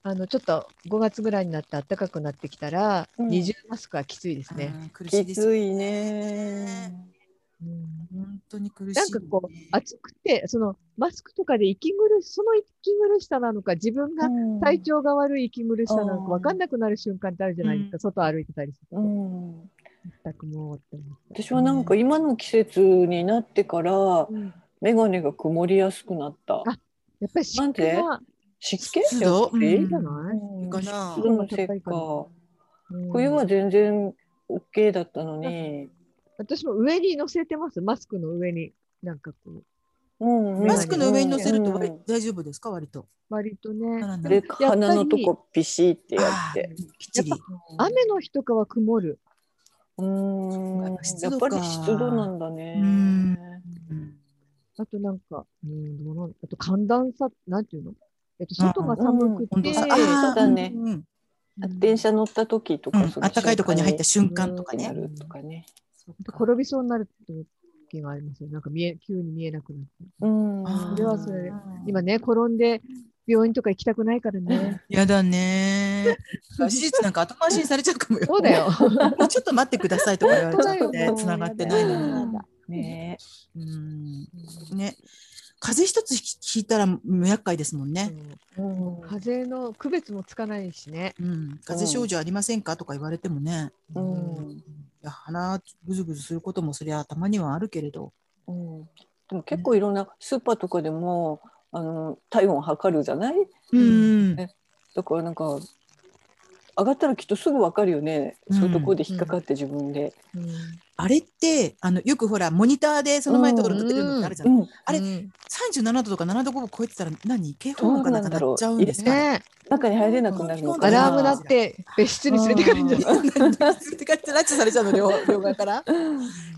あのちょっと5月ぐらいになって暖かくなってきたら、うん二重マスクはきついですね。あー苦しいきですついね。本当に苦しい、なんかこう暑くてそのマスクとかで息苦しその息苦しさなのか自分がうん体調が悪い息苦しさなのうんか分かんなくなる瞬間ってあるじゃないですか、うん外歩いてたりすると、うん全くもうって思って私はなんか今の季節になってからうん眼鏡が曇りやすくなった。あやっぱり湿なん気でが湿気湿度やっぱりいいじゃない、うんかな湿度のせいか。うん冬は全然 OK だったのに。私も上に乗せてますマスクの上になんかこううんうんマスクの上に乗せるとう割ん大丈夫ですか割と割とねあらなできやっぱり鼻のとこピシってやって。っちりやっ雨の日とかは曇るうーんやっぱ湿や度っかぱり湿度なんだね。うんうんあとなんか、うん、どうなんあと寒暖差、なんていうのえっと、外が寒く温度て、え差ーあーそうだねうんうん電車乗った時とか、うんその暖かいとこに入った瞬間とかにねなるとかね。転びそうになる時がありますよ。なんか見え、急に見えなくなって。うん。あーそれはそれで今ね、転んで病院とか行きたくないからね。やだねー。手術なんか後回しにされちゃうかもよ。そうだ。よ。ちょっと待ってくださいとか言われちゃ本当だっよて、繋がってないのに。ねうん。ね。風邪一つひいたら無厄介ですもんね。え。うん風邪の区別もつかないしね。うん。風邪症状ありませんかとか言われてもね。ういんや鼻ぐずぐずすることもそりゃたまにはあるけれど。うんでも結構いろんなスーパーとかでもあの体温測るじゃないうん。だからなんか上がったらきっとすぐ分かるよね、うんそういうところで引っかかって自分で。あれって、あの、よくほら、モニターでその前のところ出てるのってあるじゃ。うんん、あれうん37度とか7度5分超えてたら何警報音かなんかなっちゃうんですかね中に入れなくなるのアかなラームだって別室に連れてかれるんじゃない *laughs* ってかってラッチされちゃうの両両 *laughs* 側から。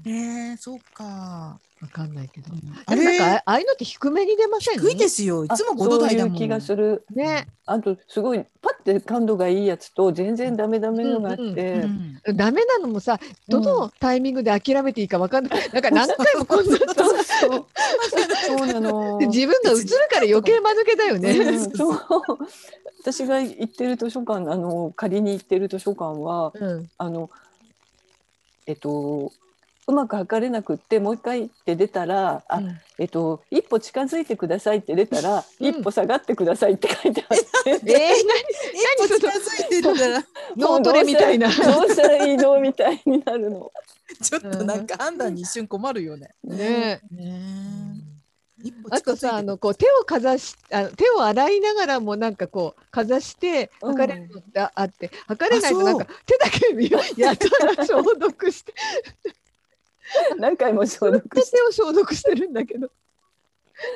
ねえ、そうか。わかんないけど。ああれなんか、あれああいうのって低めに出ません低いですよ。いあつも5度台だそうもいん。う気がする。ね。あとすごいパッて感度がいいやつと全然ダメダメのがあって、うんダメなのもさ、どのタイミングで諦めていいかわかんない。なんか何回もこんな *laughs* と *laughs* そうそうそうなの。で自分が映るから余計間抜けだようね。んそう私が行ってる図書館あの仮に行ってる図書館はうん、あのえっとうまく測れなくってもう一回って出たら、あえっと一歩近づいてくださいって出たら、うん一歩下がってくださいって書いてあっえー、て一歩近づいてったら、な脳トレみたいな。どうしたらいいのみたいになるの。ちょっとなんか判断に一瞬困るよね。ねねえ。一歩あ近づといてさあのこう手をかざしあの手を洗いながらもなんかこうかざしてうん測れるのってああって測れないとなんかあ手だけ見よやたら消毒して何回も消毒手して。を消毒してるんだけど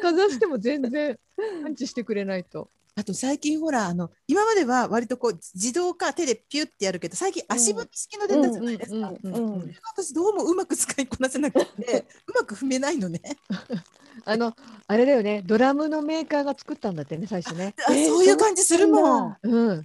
かざしても全然感知してくれないと。あと最近ほらあの今までは割とこう自動か手でピュってやるけど最近足踏み式の出たじゃないですか、うんうんうんうんうん私どうもうまく使いこなせなくてうまく踏めない *laughs* のねあのあれだよねドラムのメーカーが作ったんだってね最初ね。あえーそういう感じするもん、うん、うん、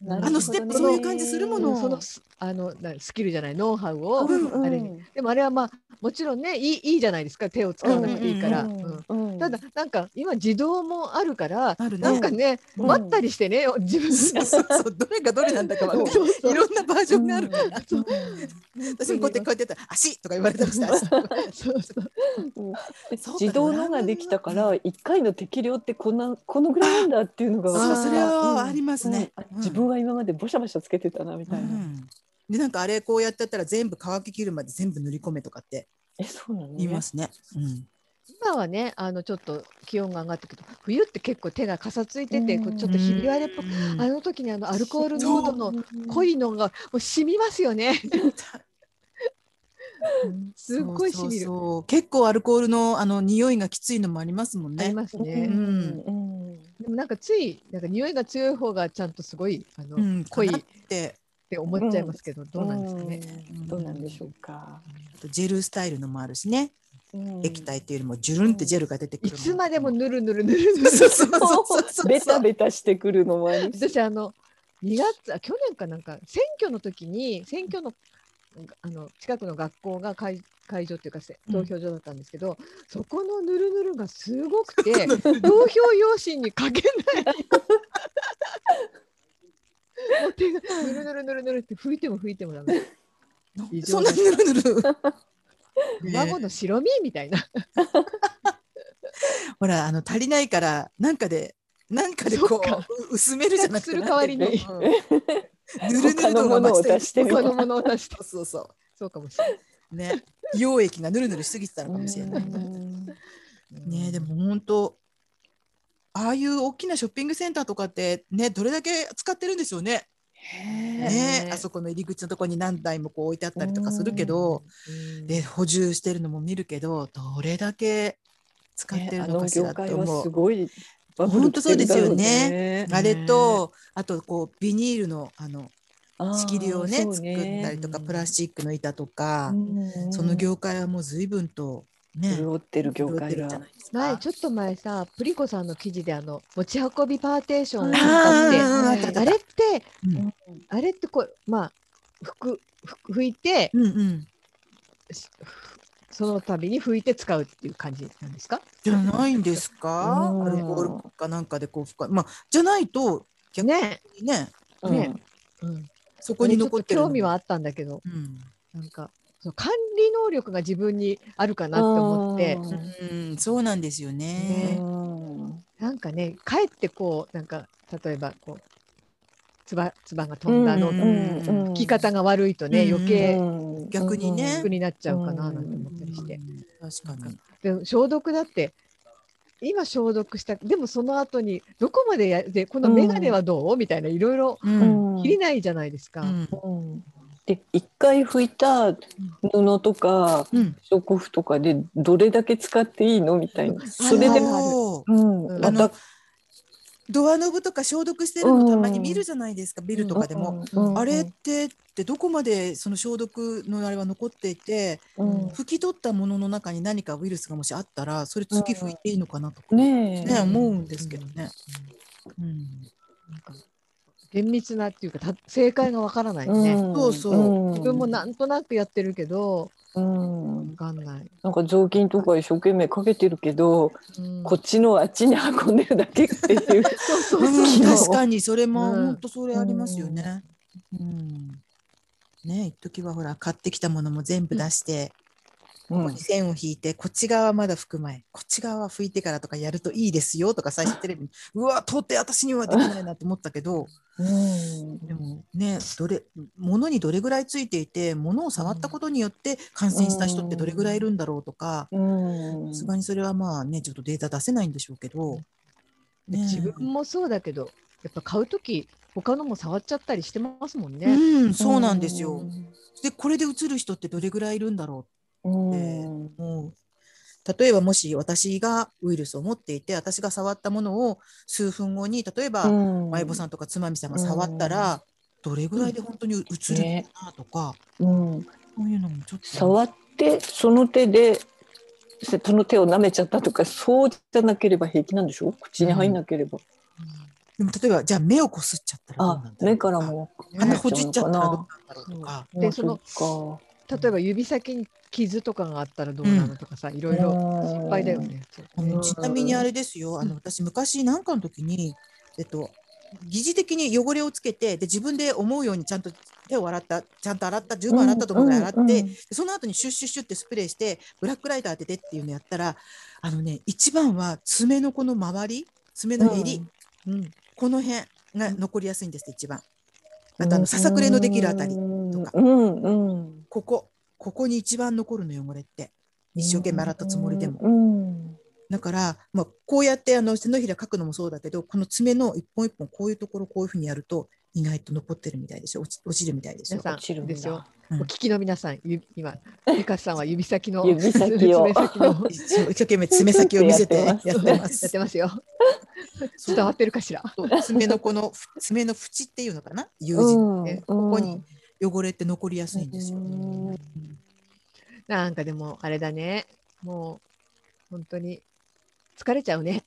なるあほどね。のステップそういう感じするものそのスあのなスキルじゃないノウハウを、うんうんあれにでもあれはまあもちろんねいいいいじゃないですか手を使わなくていいから、うんうんうんうんただなんか今自動もあるからあるねなんかね、うん待ったりしてね自分 *laughs* そでうそうそうどれがどれなんだかわかんないそうそういろんなバージョンがあるから、うん私もこうやってこうやってやったら足とか言われたりして足とか *laughs* そうそううんそう自動のができたから一回の適量ってこんなこのぐらいなんだっていうのが分かったそうそれはありますね、うんあうん自分は今までボシャボシャつけてたなみたいうな、んでなんかあれこうやってやったら全部乾ききるまで全部塗り込めとかってえそうなの、ね、言いますね。うん今はねあのちょっと気温が上がってくると冬って結構手がかさついてて、うんこうちょっとひび割れっぽく、うん *laughs* あの時にあのアルコール濃度の濃いのがもう染みますよね。 *laughs* すっごい染みそうる。そうそう結構アルコールのあの匂いがきついのもありますもんありね。ますねね。んうんでもなんかついなんか匂いが強い方がちゃんとすごいあの、うっん、濃いかなってて思っちゃいますけど、どうなんですかね。うんどうなんでしょうあか。とジェルスタイルのもあるしね、うん液体っていうよりもジュルンってジェルが出てくいるのつまでも *laughs* ぬるぬるぬるぬる。そうそうそうそうそうベタベタしてくるのもあり私あの2月あ去年かなんか選挙の時に選挙のあの近くの学校が会会場っていうかせ投票所だったんですけど、そこのぬるぬるがすごくて投票用紙に書けない。 *laughs* もう手がぬるぬるぬるぬるって拭いても拭いてもダメ。異そ常んなですにぬるぬる。孫ねの白身みたいな。ほらあの足りないからなんかでなんかでこそうかうう薄めるじゃなくすてる代わりになぬるぬる度が増他のものを足してみそ他うのものを足してそ *laughs* うそうそそうかもしれない。うね溶液がぬるぬるしすぎてたのかもしれない。うんねでも本当ああいう大きなショッピングセンターとかってねどれだけ使ってるんでしょうね。ねねあそこの入り口のとこに何台もこう置いてあったりとかするけど、うんで補充してるのも見るけどどれだけ使ってねるあののかし業ら界とは思うす。ごいバブル本当そうですよ来てねる。だろあれと、あとこうビニールのあのうね仕切りをねあーそう作ったりとか、プラスチックの板とか、うんその業界はもう随分とね、潤ってる業潤って界るんじゃがないですか。前ちょっと前さプリコさんの記事であの持ち運びパーテーションをあーああーあってーあれってうんあれってこうまあ拭く拭拭いてうんうん。しその度に拭いて使うっていう感じなんですかじゃないんですかう。んアルコールかなんかでこう深い。まあじゃないと逆にねね、うんうんねうん、そここにれちょ残っとてるの興も味はあったんだけどうん。なんかその管理能力が自分にあるかなって思ってうんうん、そうなんですよね。うんなんかねかえってこうなんか例えばこうつばつばが飛んだのうとんかうん聞き方が悪いとねうん余計うん逆にね楽になっちゃうかななんて思ったりして、確かに。でも消毒だって今消毒したでもその後にどこまでやでこの眼鏡はどう、みたいないろいろうんうん切りないじゃないですか、うんうんで一回拭いた布とかうん。食布とかでどれだけ使っていいのみたいなそれあでもも、うん、あまのたドアノブとか消毒してるのたまに見るじゃないですか、ビルとかでも。うんうんあれってってどこまでその消毒のあれは残っていて、うん拭き取ったものの中に何かウイルスがもしあったら、それ次拭いていいのかなとかね、ねえ思うんですけどね。うんなんか厳密なっていうかた正解がわからないね、うんそうそうん自分もなんとなくやってるけどうんわかんない、なんか雑巾とか一生懸命かけてるけど、うんこっちのあっちに運んでるだけって *laughs* いう。そうそううそん、う確かにそれもうん本当それありますよね。うん、ね一時はほら買ってきたものも全部出して、こうこに線を引いてこっち側はまだ拭く前こっち側は拭いてからとかやるといいですよとか最初テレビにうわ到底私にはできないなと思ったけどんでもねどれ物にどれぐらいついていて物を触ったことによって感染した人ってどれぐらいいるんだろうとかうんさすがにそれはまあねちょっとデータ出せないんでしょうけど。ね自分もそうだけどやっぱ買う時他のも触っちゃったりしてますもんね、うん、そうなんですよ。でこれで映る人ってどれぐらいいるんだろうん。うもう例えばもし私がウイルスを持っていて私が触ったものを数分後に例えば、うんまゆぼさんとかつまみさんが触ったら、どれぐらいで本当に映るのかなとか、うん。そういうのもちょっと触ってその手でせその手を舐めちゃったとかそうじゃなければ平気なんでしょ口に入んなければ、でも例えばじゃあ目をこすっちゃったらどうなあんだろう目とかからも鼻ほじっちゃったらどうなんなだろうとか、でそのそ例えば指先に傷とかがあったらどうなのとかさ、いろいろ心配だよね。あのちなみにあれですよあの私昔なんかの時に、えっと、疑似的に汚れをつけてで自分で思うようにちゃんと手を洗ったちゃんと洗った十分洗ったと思うぐらい洗って、でその後にシュッシュッシュッってスプレーしてブラックライター当ててっていうのやったらあのね一番は爪のこの周り爪の襟、うんこの辺が残りやすいんですって一番。あとあのささくれのできるあたりとかうんうん、ここここに一番残るの汚れって一生懸命洗ったつもりでも。うんだから、まあ、こうやってあの手のひら描くのもそうだけどこの爪の一本一本こういうところこういうふうにやると意外と残ってるみたいですよ。落ち落ちるみたいですよ皆。さ落ちるんんだですよ。うんお聞きの皆さん、ゆ今、ゆかさんは指先の指先を爪先の一応一生懸命爪先を見 *laughs* せてややっっててまやっすて。ますよ。伝わってるかしら。そう *laughs* 爪のこの爪の縁っていうのかな U 字うっんて、ここに汚れって残りやすいんですよ。うんなんかでも、あれだね。もう、本当に疲れちゃうね。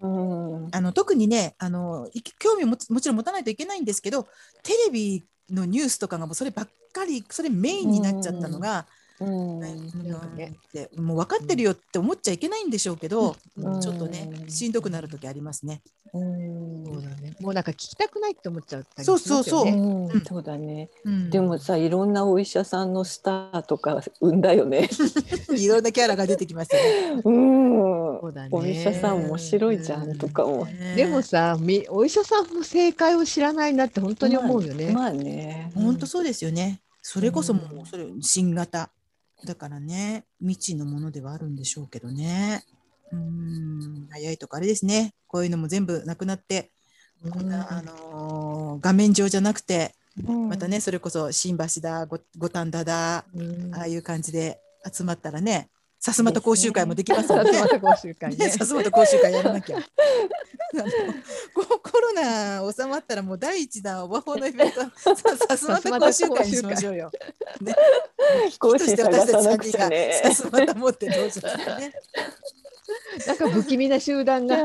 うん、うんあの特にねあのい興味をもつもちろん持たないといけないんですけどテレビのニュースとかがもうそればっかりそれメインになっちゃったのが、うんはいなんかねでもう分かってるよって思っちゃいけないんでしょうけど、うんちょっとねしんどくなる時ありますね。うんそうだね。もうなんか聞きたくないって思っちゃったりそうそうそうしますよねうんうんそうだね、うんでもさいろんなお医者さんのスターとか産んだよね。いろんなキャラが出てきましたね。うん、そうだねお医者さん面白いじゃんとかも。でもさ、みお医者さんも正解を知らないなって本当に思うよね。まあね。本当そうですよね。それこそもううんそれ新型だからね未知のものではあるんでしょうけどね。うん早いとかあれですね。こういうのも全部なくなって、うんこんなあのー画面上じゃなくてままたねそれこそ新橋だご五反田だうんああいう感じで集まったらねさすまた講習会もできます *laughs* もんね。さすが講習会ね、ね。さすがと講習会やらなきゃ。あのココロナ収まったらもう第一弾オバホのイベントささすまた講習会にしましょうよ。ね、講師人と探してさ私なたくちちゃがね。さすまた持って登場してね。なんか不気味な集団が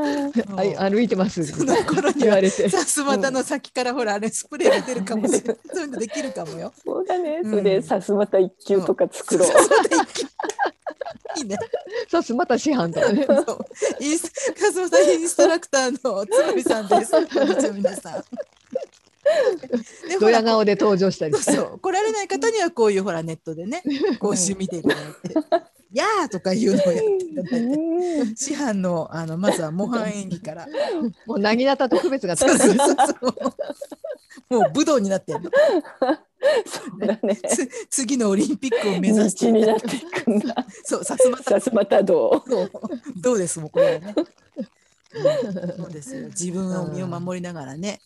あい歩いてます。その頃に言はわれて。さすまたの先からほらあれスプレーが出るかもしれない。そういうのできるかもよ。そうだね。うんそれさすまた一級とか作ろうさ。すまた一気いいね。そうすまた師 *laughs* 範とかね。そうインスカズマさんインストラクターのつぶみさん *laughs* です。こんにちは皆さん。でドヤ顔で登場したりそうして。そう来られない方にはこういうほらネット *laughs* でね講習見ていただいて *laughs* 「やー」とか言うのをやっていただいてうん師範のあのまずは模範演技 *laughs* からもうなぎなたと区別がつそかうなそうい。そうそうもう武道になってんのそうだね。つ次のオリンピックを目指し道てになっていく *laughs* んだ。そうさすまたさすまたど *laughs* そうどうですもんこれはね、うんそうですよ自分を身を守りながらね、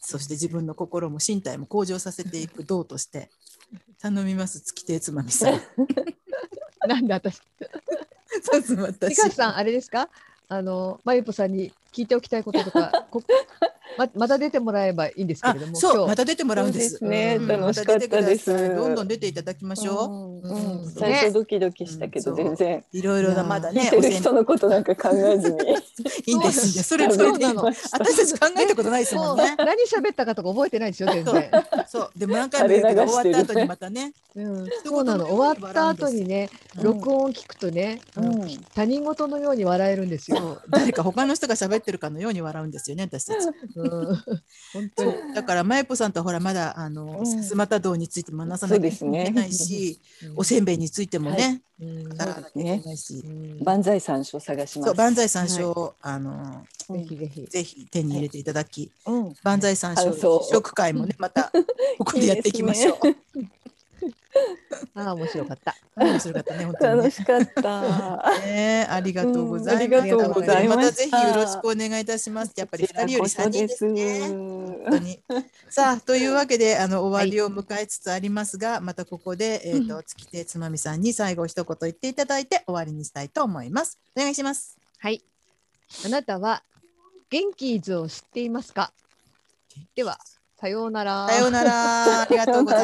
そして自分の心も身体も向上させていく道として頼みます月手つまみさ *laughs* んなんで私。さすまた美香さんあれですか。あのまゆぽさんに聞いておきたいこと *laughs* とか。こままた出てもらえばいいんですけあれども。そう今ま日た出てもらうんですそうですねん楽しかまたったです出てくださいどんどん出ていただきまう。しょうんうん最初ドキドキしたけどね全然う、いろいろなまだ聞いねておるせん人のことなんか考えずにいいんですいいんですそれ *laughs* 喋それっでいていいのました。私たち考えたことないですももうんね何喋ったかとか覚えてないですよ全然。そうでも何回も言うけど終垂れ流わしてるねった後にまたねうん言そうなもの言終わわっなたいんです後にね、うん録音を聞くとね、うん他人事のように笑えるんですよ。誰か他の人が喋ってるかのように笑うんですよね私たちうん、本当そに。うだからまえぽさんとはほらまだあの、うんさすまた道についても話さなきゃいけないし、おせんべいについてもね、うん語らなきゃいけないし、うん万歳三唱探しまそうす。万歳三唱、あのぜひぜひ。ぜひ手に入れていただき、うん万歳三唱感想を食会もねまたここでやっていきましょう。ああ面白かった。面白かったね本当に楽ね。しかった。ね、ありがとうございうんまあす。りがとうございままたしぜひたよろしくお願いいたします。やっぱり二人より三人ですね。本当ね。に。さあというわけであの終わりを迎えつつありますが、またここで、えー、と月手つまみさんに最後一言言っていただいて終わりにしたいと思います。お願いします。はい。あなたは元気図を知っていますか。ではさようなら。さようなら。ありがとうございます。